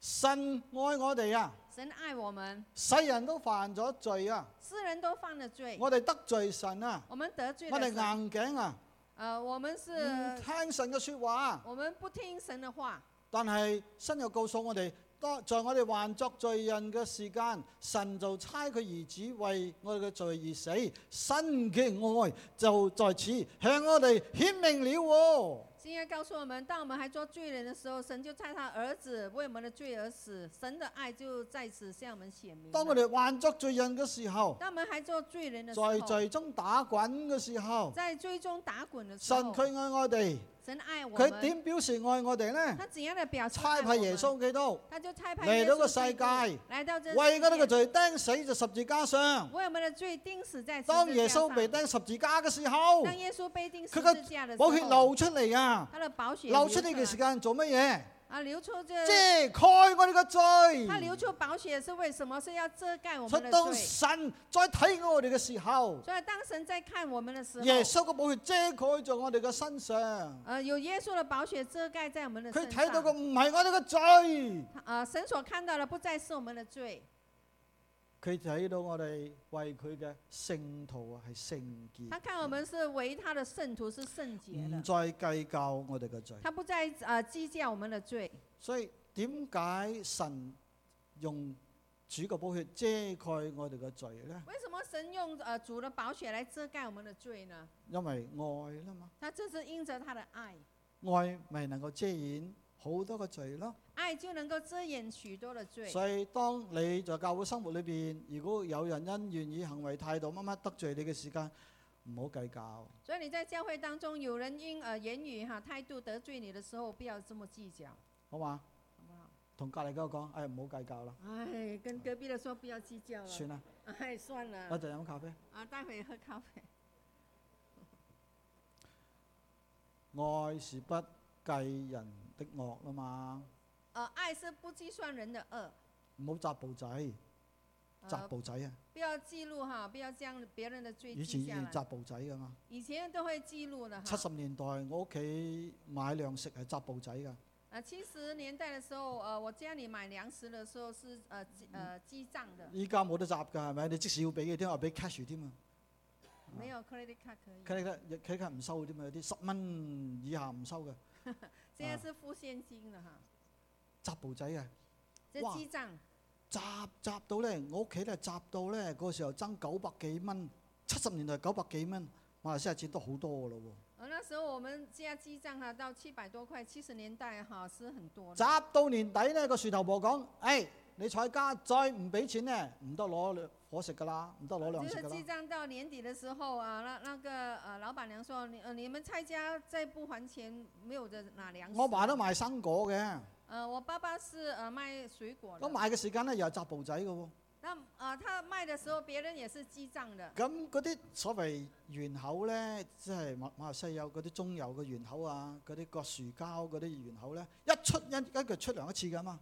[SPEAKER 2] 神愛我哋啊，
[SPEAKER 1] 神爱我们，
[SPEAKER 2] 世人都犯咗罪啊，
[SPEAKER 1] 世人都犯了罪，
[SPEAKER 2] 我哋得罪神啊，
[SPEAKER 1] 我们得罪
[SPEAKER 2] 我嗯哋
[SPEAKER 1] 了神，
[SPEAKER 2] 硬頸啊，
[SPEAKER 1] 呃，我们
[SPEAKER 2] 唔
[SPEAKER 1] 是
[SPEAKER 2] 聽神嘅说話啊。
[SPEAKER 1] 我們不聽神的話，
[SPEAKER 2] 但係神又告訴我哋，當在我哋還作罪人嘅時間，神就差佢兒子為我哋嘅罪而死，神嘅愛就在此向我哋顯明了喎。
[SPEAKER 1] 今天告訴我們，当我們還做罪人的時候，神就差他兒子為我們的罪而死，神的愛就在此向我們顯明了。
[SPEAKER 2] 當我哋還作罪人嘅時候，
[SPEAKER 1] 當我們還做罪人的時候，
[SPEAKER 2] 在罪中打滾嘅時候，
[SPEAKER 1] 在追蹤打滾的時
[SPEAKER 2] 神
[SPEAKER 1] 候，
[SPEAKER 2] 佢愛我哋，
[SPEAKER 1] 神愛我
[SPEAKER 2] 佢
[SPEAKER 1] 們，
[SPEAKER 2] 點表示愛我哋呢？
[SPEAKER 1] 他怎樣的表示
[SPEAKER 2] 差
[SPEAKER 1] 愛我
[SPEAKER 2] 派
[SPEAKER 1] 們
[SPEAKER 2] 耶，穌基督
[SPEAKER 1] 他就差派
[SPEAKER 2] 嚟
[SPEAKER 1] 耶
[SPEAKER 2] 到個
[SPEAKER 1] 穌基督
[SPEAKER 2] 世界
[SPEAKER 1] 來到這
[SPEAKER 2] 為
[SPEAKER 1] 世
[SPEAKER 2] 我哋嘅
[SPEAKER 1] 界
[SPEAKER 2] 罪釘死咗十字架上。
[SPEAKER 1] 為我們的罪釘死在十字架
[SPEAKER 2] 當
[SPEAKER 1] 上。
[SPEAKER 2] 耶穌被釘十字架嘅時候，
[SPEAKER 1] 當耶穌被釘
[SPEAKER 2] 佢
[SPEAKER 1] 十
[SPEAKER 2] 嘅
[SPEAKER 1] 字架的時候，
[SPEAKER 2] 寶血流出嚟啊！
[SPEAKER 1] 他的寶血
[SPEAKER 2] 流
[SPEAKER 1] 流
[SPEAKER 2] 出嚟嘅時間做乜嘢？
[SPEAKER 1] 啊，流出這
[SPEAKER 2] 遮蓋我哋嘅
[SPEAKER 1] 他流
[SPEAKER 2] 罪。
[SPEAKER 1] 出宝血是为什么？是要遮盖我
[SPEAKER 2] 所
[SPEAKER 1] 们
[SPEAKER 2] 以
[SPEAKER 1] 的
[SPEAKER 2] 當
[SPEAKER 1] 罪。
[SPEAKER 2] 神再睇我哋嘅時候，
[SPEAKER 1] 所以当神在看我们的时候，
[SPEAKER 2] 耶穌嘅寶血遮蓋在我哋嘅身上，
[SPEAKER 1] 呃，有耶稣的宝血遮盖在我们的
[SPEAKER 2] 佢
[SPEAKER 1] 身
[SPEAKER 2] 睇到嘅
[SPEAKER 1] 上。
[SPEAKER 2] 唔係我哋嘅罪，
[SPEAKER 1] 他呃，神所看到的不再是我们的罪，
[SPEAKER 2] 佢睇到我哋為佢嘅聖徒啊係聖潔
[SPEAKER 1] 他，看我们是为他的圣徒是圣洁
[SPEAKER 2] 唔
[SPEAKER 1] 的，
[SPEAKER 2] 再計較我哋嘅罪。
[SPEAKER 1] 他不再呃计较我们的罪。
[SPEAKER 2] 所以點解神用主嘅寶血遮蓋我哋嘅罪呢？
[SPEAKER 1] 为什么神用呃主的宝血来遮盖我们的罪呢？
[SPEAKER 2] 因為愛啦嘛，
[SPEAKER 1] 他这是因着他的爱，
[SPEAKER 2] 愛咪能夠遮掩好多嘅罪咯。
[SPEAKER 1] 爱就能够遮掩许多的罪。
[SPEAKER 2] 所以當你在教會生活裏邊，如果有人因願意行為態度乜乜得罪你嘅時間，唔好計較，
[SPEAKER 1] 所以你在教会当中，有人因呃言语哈态度得罪你的时候，不要这么计较，
[SPEAKER 2] 好嘛？
[SPEAKER 1] 好不好？
[SPEAKER 2] 同隔離嗰個講，誒唔好計較啦，
[SPEAKER 1] 哎，跟隔壁的说不要计较了。
[SPEAKER 2] 算啦，
[SPEAKER 1] 哎，算
[SPEAKER 2] 一
[SPEAKER 1] 了。
[SPEAKER 2] 陣飲咖啡。
[SPEAKER 1] 啊，待会喝咖啡。
[SPEAKER 2] 愛是不計人的惡啊嘛，
[SPEAKER 1] 呃，爱是不计算人的恶。
[SPEAKER 2] 唔好責暴仔，責
[SPEAKER 1] 呃，
[SPEAKER 2] 暴仔啊！
[SPEAKER 1] 不要记录哈，不要将别人的罪
[SPEAKER 2] 以前
[SPEAKER 1] 记
[SPEAKER 2] 以
[SPEAKER 1] 下
[SPEAKER 2] 前
[SPEAKER 1] 来。
[SPEAKER 2] 責暴仔噶嘛。
[SPEAKER 1] 以前都会记录的
[SPEAKER 2] 七
[SPEAKER 1] 哈。
[SPEAKER 2] 十年代我屋企買糧食係執報仔㗎，
[SPEAKER 1] 啊，七十年代的时候，呃，我家里买粮食的时候是呃记呃记账的。
[SPEAKER 2] 依家冇得執㗎係咪？你即使要俾嘅添，話俾 cash 添啊！
[SPEAKER 1] 没有 credit card 可以。
[SPEAKER 2] credit card 亦 credit card 唔收嗰啊啲咪有啲十蚊以下唔收嘅，
[SPEAKER 1] 现在是付现金的哈，
[SPEAKER 2] 集步仔啊，
[SPEAKER 1] 这
[SPEAKER 2] 哇
[SPEAKER 1] 记账
[SPEAKER 2] 集集到咧，我屋企咧集到咧，嗰時候爭九百幾蚊，七十年代九百幾蚊，馬來西亞錢都好多噶咯
[SPEAKER 1] 呃那时候我们家记账哈到七百多块，七十年代哈是很多
[SPEAKER 2] 喎。
[SPEAKER 1] 的。
[SPEAKER 2] 集到年底咧，個船頭婆講：，誒、哎你彩家再唔俾錢咧，唔得攞伙食噶啦，唔得攞
[SPEAKER 1] 就
[SPEAKER 2] 糧食
[SPEAKER 1] 是
[SPEAKER 2] 噶啦
[SPEAKER 1] 记。账到年底的时候啊，那那个呃老板娘说你呃你们蔡家再不还钱，没有的拿粮食。
[SPEAKER 2] 我賣都賣生果嘅，
[SPEAKER 1] 呃，我爸爸是呃卖水果
[SPEAKER 2] 我
[SPEAKER 1] 的，
[SPEAKER 2] 賣嘅時間咧又係集步仔嘅喎。
[SPEAKER 1] 那呃他卖的时候别人也是记账的。
[SPEAKER 2] 咁嗰啲所謂元口咧，即係馬馬來西亞有嗰啲中油嘅元口啊，嗰啲割樹膠嗰啲元口咧，一出一一個出糧一次噶嘛，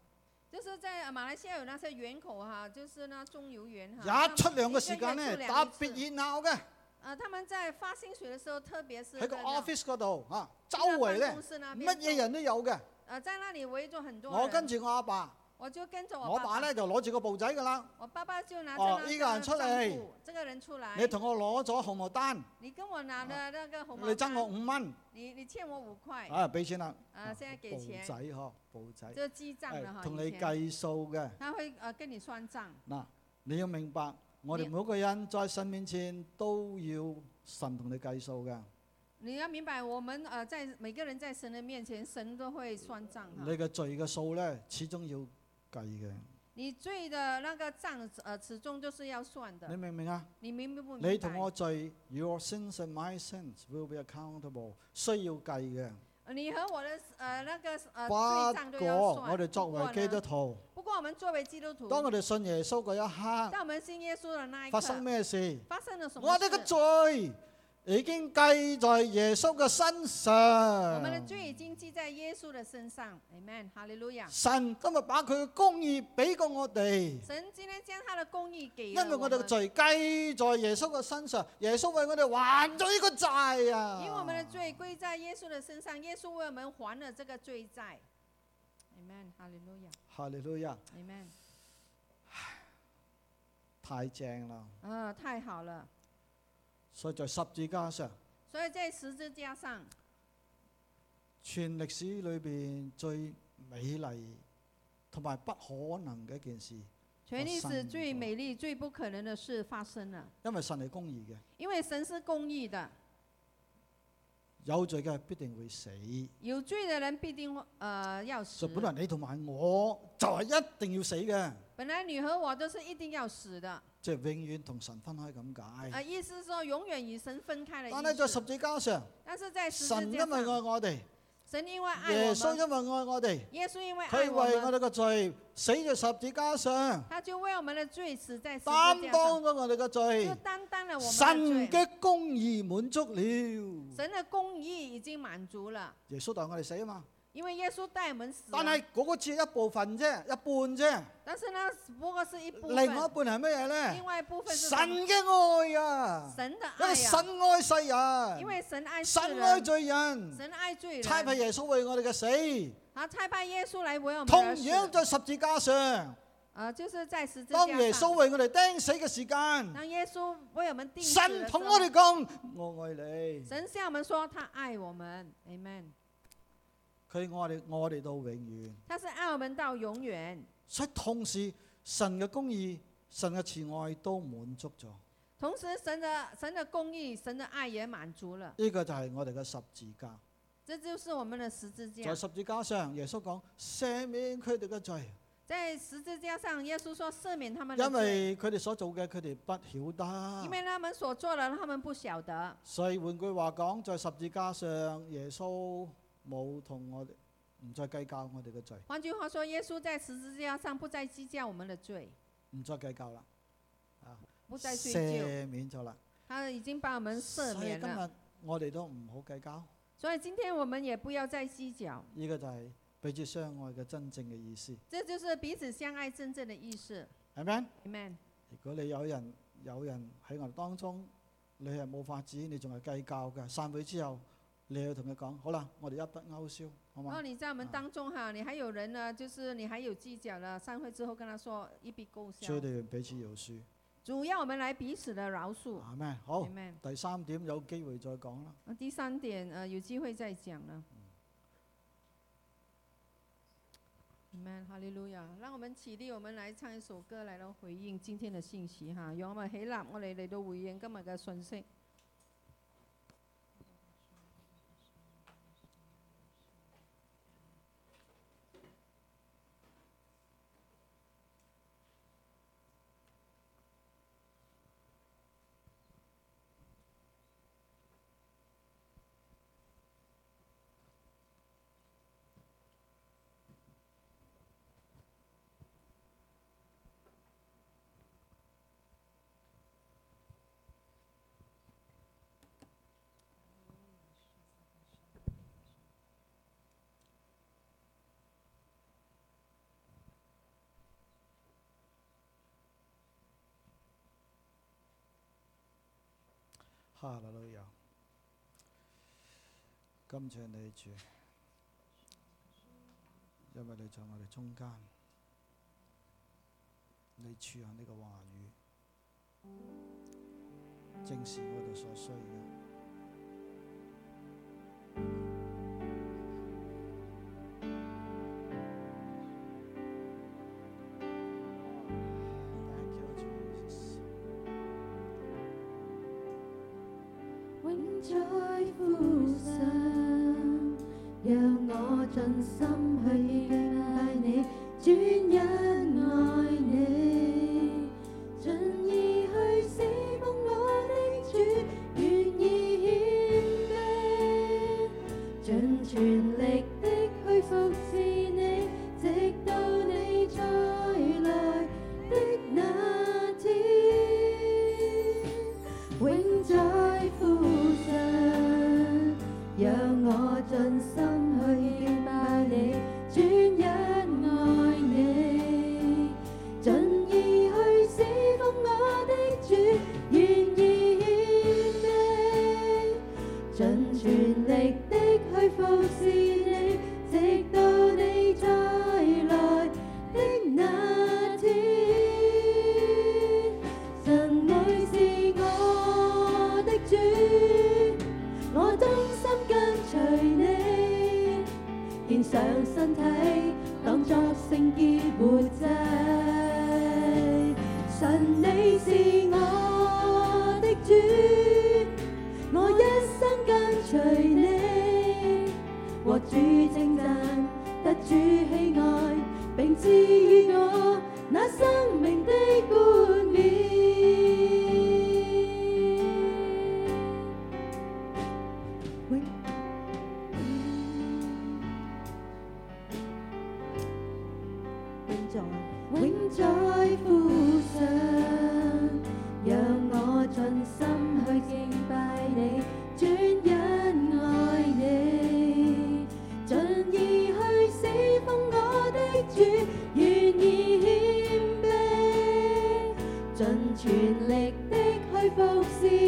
[SPEAKER 1] 就是在呃马来西亚有那些园口哈，就是那中游园哈，他
[SPEAKER 2] 一
[SPEAKER 1] 们
[SPEAKER 2] 出糧嘅時
[SPEAKER 1] 啊一个月
[SPEAKER 2] 間咧
[SPEAKER 1] 出
[SPEAKER 2] 特
[SPEAKER 1] 粮一
[SPEAKER 2] 別
[SPEAKER 1] 次
[SPEAKER 2] 熱鬧嘅，
[SPEAKER 1] 呃，他们在发薪水的时候，特别是
[SPEAKER 2] 喺個
[SPEAKER 1] 在那
[SPEAKER 2] office 嗰度啊，周
[SPEAKER 1] 在
[SPEAKER 2] 圍
[SPEAKER 1] 办
[SPEAKER 2] 咧
[SPEAKER 1] 公室啊那边
[SPEAKER 2] 乜嘢人都有嘅。
[SPEAKER 1] 都？呃，在那里围着很多人。
[SPEAKER 2] 我跟住我阿爸，
[SPEAKER 1] 我就跟着
[SPEAKER 2] 我
[SPEAKER 1] 我
[SPEAKER 2] 阿爸
[SPEAKER 1] 爸
[SPEAKER 2] 咧就攞住個布仔㗎啦，
[SPEAKER 1] 我爸爸就拿着
[SPEAKER 2] 哦
[SPEAKER 1] 那
[SPEAKER 2] 一个人出来
[SPEAKER 1] 账户这个人出来，
[SPEAKER 2] 你同我攞咗紅毛單，
[SPEAKER 1] 你跟我拿的那个红
[SPEAKER 2] 你
[SPEAKER 1] 包
[SPEAKER 2] 爭我
[SPEAKER 1] 单，
[SPEAKER 2] 五蚊，
[SPEAKER 1] 你你欠我五块，
[SPEAKER 2] 啊俾錢啦，
[SPEAKER 1] 呃，现在给
[SPEAKER 2] 布
[SPEAKER 1] 钱
[SPEAKER 2] 仔，呵，布仔，
[SPEAKER 1] 就记账了
[SPEAKER 2] 係
[SPEAKER 1] 哈，
[SPEAKER 2] 同
[SPEAKER 1] 啊以
[SPEAKER 2] 你
[SPEAKER 1] 前
[SPEAKER 2] 計數嘅。
[SPEAKER 1] 他会呃跟你算账。
[SPEAKER 2] 嗱，你要明白，我哋
[SPEAKER 1] 你
[SPEAKER 2] 每個人在神面前都要神同你計數
[SPEAKER 1] 啊
[SPEAKER 2] 嘅。
[SPEAKER 1] 你要明白，我们呃在每个人在神的面前，神都会算账哈
[SPEAKER 2] 你。嘅罪嘅數咧，始終要計嘅。
[SPEAKER 1] 你罪的那个账呃始终都是要算
[SPEAKER 2] 你
[SPEAKER 1] 的，
[SPEAKER 2] 明唔明啊？
[SPEAKER 1] 你明不明白？
[SPEAKER 2] 你同我罪，your sins and my sins will be accountable，需要計嘅。
[SPEAKER 1] 你和我的呃那个呃罪账
[SPEAKER 2] 不
[SPEAKER 1] 都要
[SPEAKER 2] 過
[SPEAKER 1] 算。
[SPEAKER 2] 哦我哋作
[SPEAKER 1] 不过
[SPEAKER 2] 為
[SPEAKER 1] 呢
[SPEAKER 2] 基督徒，
[SPEAKER 1] 不过我们作为基督徒，
[SPEAKER 2] 當我哋信耶穌嗰一刻，
[SPEAKER 1] 在我们信耶稣的那一刻，
[SPEAKER 2] 發生咩事？
[SPEAKER 1] 发生了什么
[SPEAKER 2] 我
[SPEAKER 1] 事
[SPEAKER 2] 哋？嘅罪已經計在耶穌嘅身
[SPEAKER 1] 我们的
[SPEAKER 2] 上。
[SPEAKER 1] 罪已啊经记在耶稣的身上，Amen，哈利路亚。
[SPEAKER 2] 神今日把佢嘅公義俾過我哋。
[SPEAKER 1] 神今天将他的公义给了
[SPEAKER 2] 因為我哋嘅
[SPEAKER 1] 啊们，
[SPEAKER 2] 罪計在耶穌嘅身上，耶穌為我哋還咗呢個債啊！
[SPEAKER 1] 因为我们的罪归在耶稣的身上，耶稣为我们还了这个罪债，Amen，哈利路亚
[SPEAKER 2] 哈利路亞，
[SPEAKER 1] ，Amen。
[SPEAKER 2] 太正啦！
[SPEAKER 1] 啊，太好了。
[SPEAKER 2] 所以在十字架上，
[SPEAKER 1] 所以在十字架上，
[SPEAKER 2] 全歷史裏邊最美麗同埋不可能嘅一件事，
[SPEAKER 1] 全历
[SPEAKER 2] 发生
[SPEAKER 1] 史
[SPEAKER 2] 了
[SPEAKER 1] 最美丽、最不可能的事发生了，
[SPEAKER 2] 因為神係公義嘅，
[SPEAKER 1] 因为神是公义的。
[SPEAKER 2] 有罪嘅必定會死。
[SPEAKER 1] 有罪的人必定呃要
[SPEAKER 2] 所
[SPEAKER 1] 死
[SPEAKER 2] 以。本來你同埋我就係一定要死嘅，
[SPEAKER 1] 本来你和我都是一定要死的，
[SPEAKER 2] 即係永遠同神分開咁解。
[SPEAKER 1] 呃，意思是说永远与神分开了
[SPEAKER 2] 但係在
[SPEAKER 1] 意
[SPEAKER 2] 十
[SPEAKER 1] 思。
[SPEAKER 2] 字架上，
[SPEAKER 1] 但是在哎十
[SPEAKER 2] 神
[SPEAKER 1] 字
[SPEAKER 2] 因
[SPEAKER 1] 架
[SPEAKER 2] 為愛
[SPEAKER 1] 上，
[SPEAKER 2] 我哋，
[SPEAKER 1] 神因为爱
[SPEAKER 2] 耶
[SPEAKER 1] 我
[SPEAKER 2] 穌
[SPEAKER 1] 们，
[SPEAKER 2] 因為愛我哋。
[SPEAKER 1] 耶稣因为
[SPEAKER 2] 佢
[SPEAKER 1] 爱我
[SPEAKER 2] 為我
[SPEAKER 1] 们，
[SPEAKER 2] 哋嘅罪死在十字架上，
[SPEAKER 1] 他就为我们的罪死在十字
[SPEAKER 2] 擔
[SPEAKER 1] 架上，
[SPEAKER 2] 當咗我哋嘅罪
[SPEAKER 1] 就。担当了我们
[SPEAKER 2] 神
[SPEAKER 1] 的罪。
[SPEAKER 2] 嘅公義滿足了，
[SPEAKER 1] 神的公义已经满足了，
[SPEAKER 2] 耶穌代我哋死啊嘛。
[SPEAKER 1] 因为耶稣带我们死了。
[SPEAKER 2] 但係嗰個只係一部分啫，一半啫。
[SPEAKER 1] 但是呢，只不过是一部
[SPEAKER 2] 另外一半
[SPEAKER 1] 分，
[SPEAKER 2] 係乜嘢
[SPEAKER 1] 另
[SPEAKER 2] 咧？
[SPEAKER 1] 外一部分是
[SPEAKER 2] 神嘅愛
[SPEAKER 1] 神
[SPEAKER 2] 啊，
[SPEAKER 1] 神的
[SPEAKER 2] 因
[SPEAKER 1] 爱呀、
[SPEAKER 2] 為神愛世
[SPEAKER 1] 啊，因
[SPEAKER 2] 人，
[SPEAKER 1] 为神爱世
[SPEAKER 2] 神愛
[SPEAKER 1] 人，
[SPEAKER 2] 罪人，
[SPEAKER 1] 神爱罪
[SPEAKER 2] 差派
[SPEAKER 1] 人，
[SPEAKER 2] 耶穌為我哋嘅死。
[SPEAKER 1] 他差派耶稣来为我
[SPEAKER 2] 同
[SPEAKER 1] 们而
[SPEAKER 2] 樣
[SPEAKER 1] 死。
[SPEAKER 2] 在十字架上，
[SPEAKER 1] 呃，就是在十字架
[SPEAKER 2] 當
[SPEAKER 1] 上，
[SPEAKER 2] 耶穌為我哋釘死嘅時間，
[SPEAKER 1] 当耶稣为我们定死
[SPEAKER 2] 神
[SPEAKER 1] 的时
[SPEAKER 2] 同
[SPEAKER 1] 候
[SPEAKER 2] 我哋講：我愛你。
[SPEAKER 1] 神向我们说他爱我们，amen，
[SPEAKER 2] 佢愛你，我哋到永遠。
[SPEAKER 1] 他是爱我们到永远。
[SPEAKER 2] 所以同時，神嘅公義、神嘅慈愛都滿足咗。呢、
[SPEAKER 1] 同时，神的神的公义、神的爱也满足了，
[SPEAKER 2] 個就係我哋嘅十字架。
[SPEAKER 1] 这就是我们的十字架
[SPEAKER 2] 在。十字架上，耶穌講赦免佢哋嘅罪，
[SPEAKER 1] 在十字架上，耶稣说赦免他们的
[SPEAKER 2] 因啊
[SPEAKER 1] 罪，
[SPEAKER 2] 為佢哋所做嘅佢哋不曉
[SPEAKER 1] 因
[SPEAKER 2] 得。
[SPEAKER 1] 为他们所做的，他们不晓得。
[SPEAKER 2] 所以換句話講，在十字架上，耶穌冇同我哋唔再計較我哋嘅罪，
[SPEAKER 1] 换句话说，耶稣在十字架上不再计较我们的罪，
[SPEAKER 2] 唔再計較啦，啊，
[SPEAKER 1] 不再追究，
[SPEAKER 2] 赦免咗啦。
[SPEAKER 1] 他已经把我们赦
[SPEAKER 2] 所以
[SPEAKER 1] 免
[SPEAKER 2] 今
[SPEAKER 1] 了。
[SPEAKER 2] 日我哋都唔好計較。
[SPEAKER 1] 所以今天我们也不要再计较，
[SPEAKER 2] 呢個就係彼此相愛嘅真正嘅意思，
[SPEAKER 1] 这就是彼此相爱真正的意识。
[SPEAKER 2] 係咪？
[SPEAKER 1] Amen。
[SPEAKER 2] 如果你有人有人喺我哋當中，你係冇法子，你仲係計較嘅。散會之後，你要同佢講，好啦，我哋一筆勾銷，
[SPEAKER 1] 然后
[SPEAKER 2] 好嘛？
[SPEAKER 1] 哦你在我们当中哈，你还有人呢，就是你还有计较了，散会之后跟他说一笔勾销
[SPEAKER 2] 所以，你哋彼此饒恕，
[SPEAKER 1] 主主要我们来彼此的饶恕。
[SPEAKER 2] 係咩？好，
[SPEAKER 1] Amen。
[SPEAKER 2] 第三點有機會再講啦。
[SPEAKER 1] 那第三点，呃，有机会再讲了。Amen，哈利路亚！让我们起立，我们来唱一首歌嚟到回应今天嘅信息哈。讓我哋起立，我哋嚟到回應今日嘅信息。
[SPEAKER 2] 哈利路亞！感謝你主，因為你在我哋中間，你處行呢個話語，正是我哋所需嘅。Thank you, Jesus.
[SPEAKER 3] 永在父上，讓我盡心去敬拜你，專一愛你，盡意去侍奉我的主，願意獻命，盡全力的去服侍你，直到你再來的那天。永在父上，讓我盡心去敬拜你，專一愛你，盡意去侍奉我的主，願意獻命，盡全力的去服侍你，直到你再來的那天。神愛是我的主，我真心跟隨你，獻上身體當作聖潔活祭。神你是我的主，我一生跟隨你，和主稱讚，得主喜愛，並賜予我那生命的冠冕。永永在永在父上，讓我盡心去敬拜你，專一愛你，盡意去侍奉我的主，願意謙卑，盡全力的去服侍你，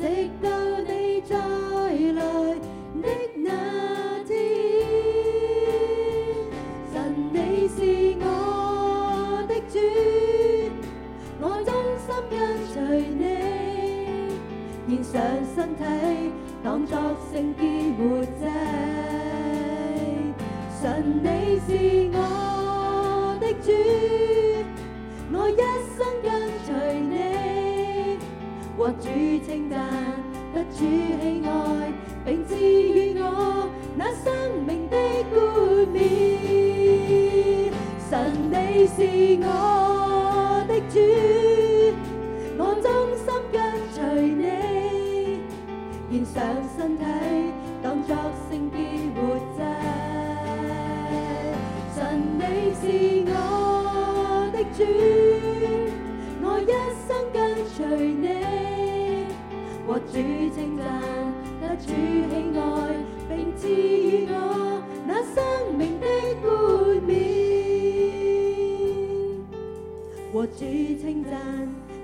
[SPEAKER 3] 直到你再來的那天。神你是我的主，我真心跟隨你，獻上身體當作聖潔活祭。神你是我的主，我一生跟隨你，獲主稱讚，得主喜愛，並賜予我那生命的冠冕。神你是我的主，我衷心跟隨你，獻上身體當作聖潔活祭。神你是我的主，我一生跟隨你。獲主稱讚，得主喜愛，並賜予我那生命的冠冕。和主稱讚，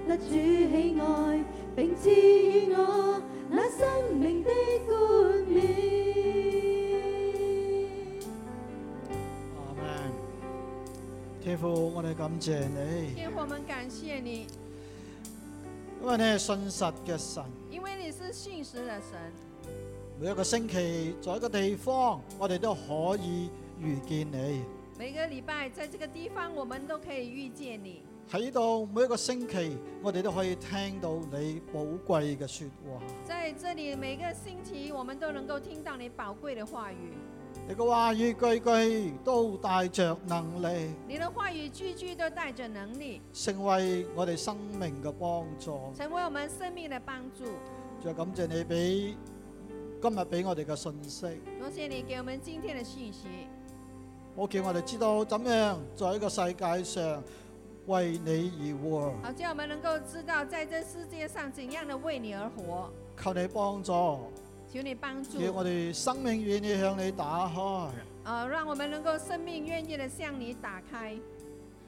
[SPEAKER 3] 得主喜愛，並賜予我那生命的冠冕。
[SPEAKER 2] Amen. 天父，我哋感謝你，
[SPEAKER 1] 天父，我们感谢你，
[SPEAKER 2] 因為你係信實嘅神。
[SPEAKER 1] 因为你是信实的神。
[SPEAKER 2] 每一個星期，在一個地方，我哋都可以遇見你。
[SPEAKER 1] 每个礼拜在这个地方，我们都可以遇见你。
[SPEAKER 2] 喺度每一個星期，我哋都可以聽到你寶貴嘅说話。
[SPEAKER 1] 在这里，每个星期我们都能够听到你寶貴的話語，
[SPEAKER 2] 你嘅話語句句都帶着能力，
[SPEAKER 1] 你的話語句句都帶着能力，
[SPEAKER 2] 成為我哋生命嘅幫助。
[SPEAKER 1] 成為我們生命的幫助。
[SPEAKER 2] 再感謝你俾今日俾我哋嘅信息，
[SPEAKER 1] 多謝你給我們今天的信息，
[SPEAKER 2] 我叫我哋知道怎樣在呢個世界上為你而活。
[SPEAKER 1] 好叫我們能夠知道在這世界上怎樣的為你而活。
[SPEAKER 2] 求你幫助。
[SPEAKER 1] 求你幫助，
[SPEAKER 2] 叫我哋生命願意向你打開，
[SPEAKER 1] 呃，讓我們能夠生命願意的向你打開，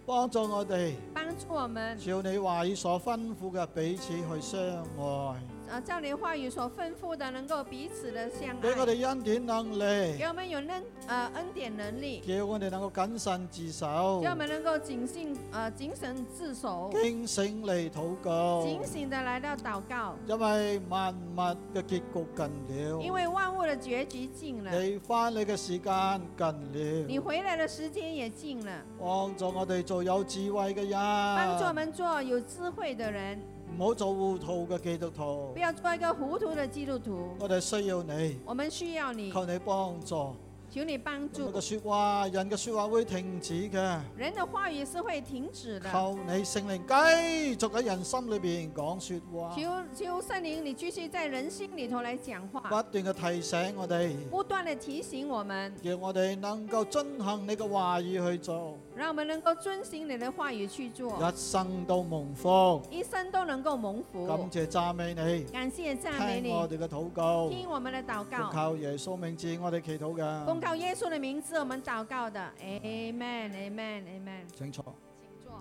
[SPEAKER 2] 幫助我哋，
[SPEAKER 1] 幫助我們，
[SPEAKER 2] 照你話語所吩咐嘅彼此去相愛，
[SPEAKER 1] 呃，照你話語所吩咐的，能夠彼此的相
[SPEAKER 2] 俾我
[SPEAKER 1] 愛，
[SPEAKER 2] 哋恩典能力
[SPEAKER 1] 給，我們有能呃恩典能力，
[SPEAKER 2] 叫我哋能夠謹慎自守
[SPEAKER 1] 叫，我們能夠謹慎呃謹慎自守。
[SPEAKER 2] 警醒嚟禱告，
[SPEAKER 1] 警醒的来到祷告，
[SPEAKER 2] 因為萬物嘅結局
[SPEAKER 1] 因
[SPEAKER 2] 近了，
[SPEAKER 1] 为万物的结局近了，
[SPEAKER 2] 你翻嚟嘅時間近
[SPEAKER 1] 你
[SPEAKER 2] 了，
[SPEAKER 1] 回来的时间也近了。
[SPEAKER 2] 幫助我哋做有智慧嘅
[SPEAKER 1] 帮助我
[SPEAKER 2] 人，
[SPEAKER 1] 们做有智慧的人，
[SPEAKER 2] 唔好做糊塗嘅基督徒
[SPEAKER 1] 不，要做一个糊涂的基督徒。
[SPEAKER 2] 我哋需要你，
[SPEAKER 1] 我们需要你，
[SPEAKER 2] 求你幫助。
[SPEAKER 1] 求你帮
[SPEAKER 2] 我
[SPEAKER 1] 助
[SPEAKER 2] 嘅。说話，人嘅说話會停止嘅。
[SPEAKER 1] 人的话语是会停止的。
[SPEAKER 2] 求你聖靈繼續喺人心裏边講说話，
[SPEAKER 1] 求求圣灵，你继续在人心里头来讲话，
[SPEAKER 2] 不斷嘅提醒我哋，
[SPEAKER 1] 不断的提醒我们，
[SPEAKER 2] 叫我哋能夠遵行你嘅話語去做，
[SPEAKER 1] 让我们能够遵行你的话语去做，
[SPEAKER 2] 一生都蒙福。
[SPEAKER 1] 一生都能够蒙
[SPEAKER 2] 感
[SPEAKER 1] 福。
[SPEAKER 2] 謝讚美你，
[SPEAKER 1] 感谢赞美
[SPEAKER 2] 聽
[SPEAKER 1] 你，
[SPEAKER 2] 我哋嘅禱告，
[SPEAKER 1] 听我们的祷告
[SPEAKER 2] 奉。靠耶穌名字，我哋祈禱
[SPEAKER 1] 奉
[SPEAKER 2] 嘅。
[SPEAKER 1] 靠耶稣的名字，我们祷告的，Amen, Amen, Amen。
[SPEAKER 2] 請坐。
[SPEAKER 1] 请坐。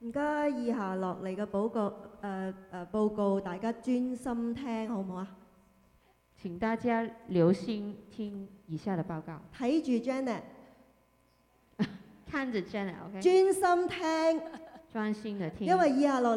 [SPEAKER 3] 唔該，以下落嚟嘅報告，誒、誒、報告，大家專心聽好唔好啊？
[SPEAKER 4] 请大家留心听以下的报告，
[SPEAKER 3] 睇住 Janet，
[SPEAKER 4] 看着 Janet，OK，、
[SPEAKER 3] 專心聽，
[SPEAKER 4] 专心的听。
[SPEAKER 3] 因為以下落嚟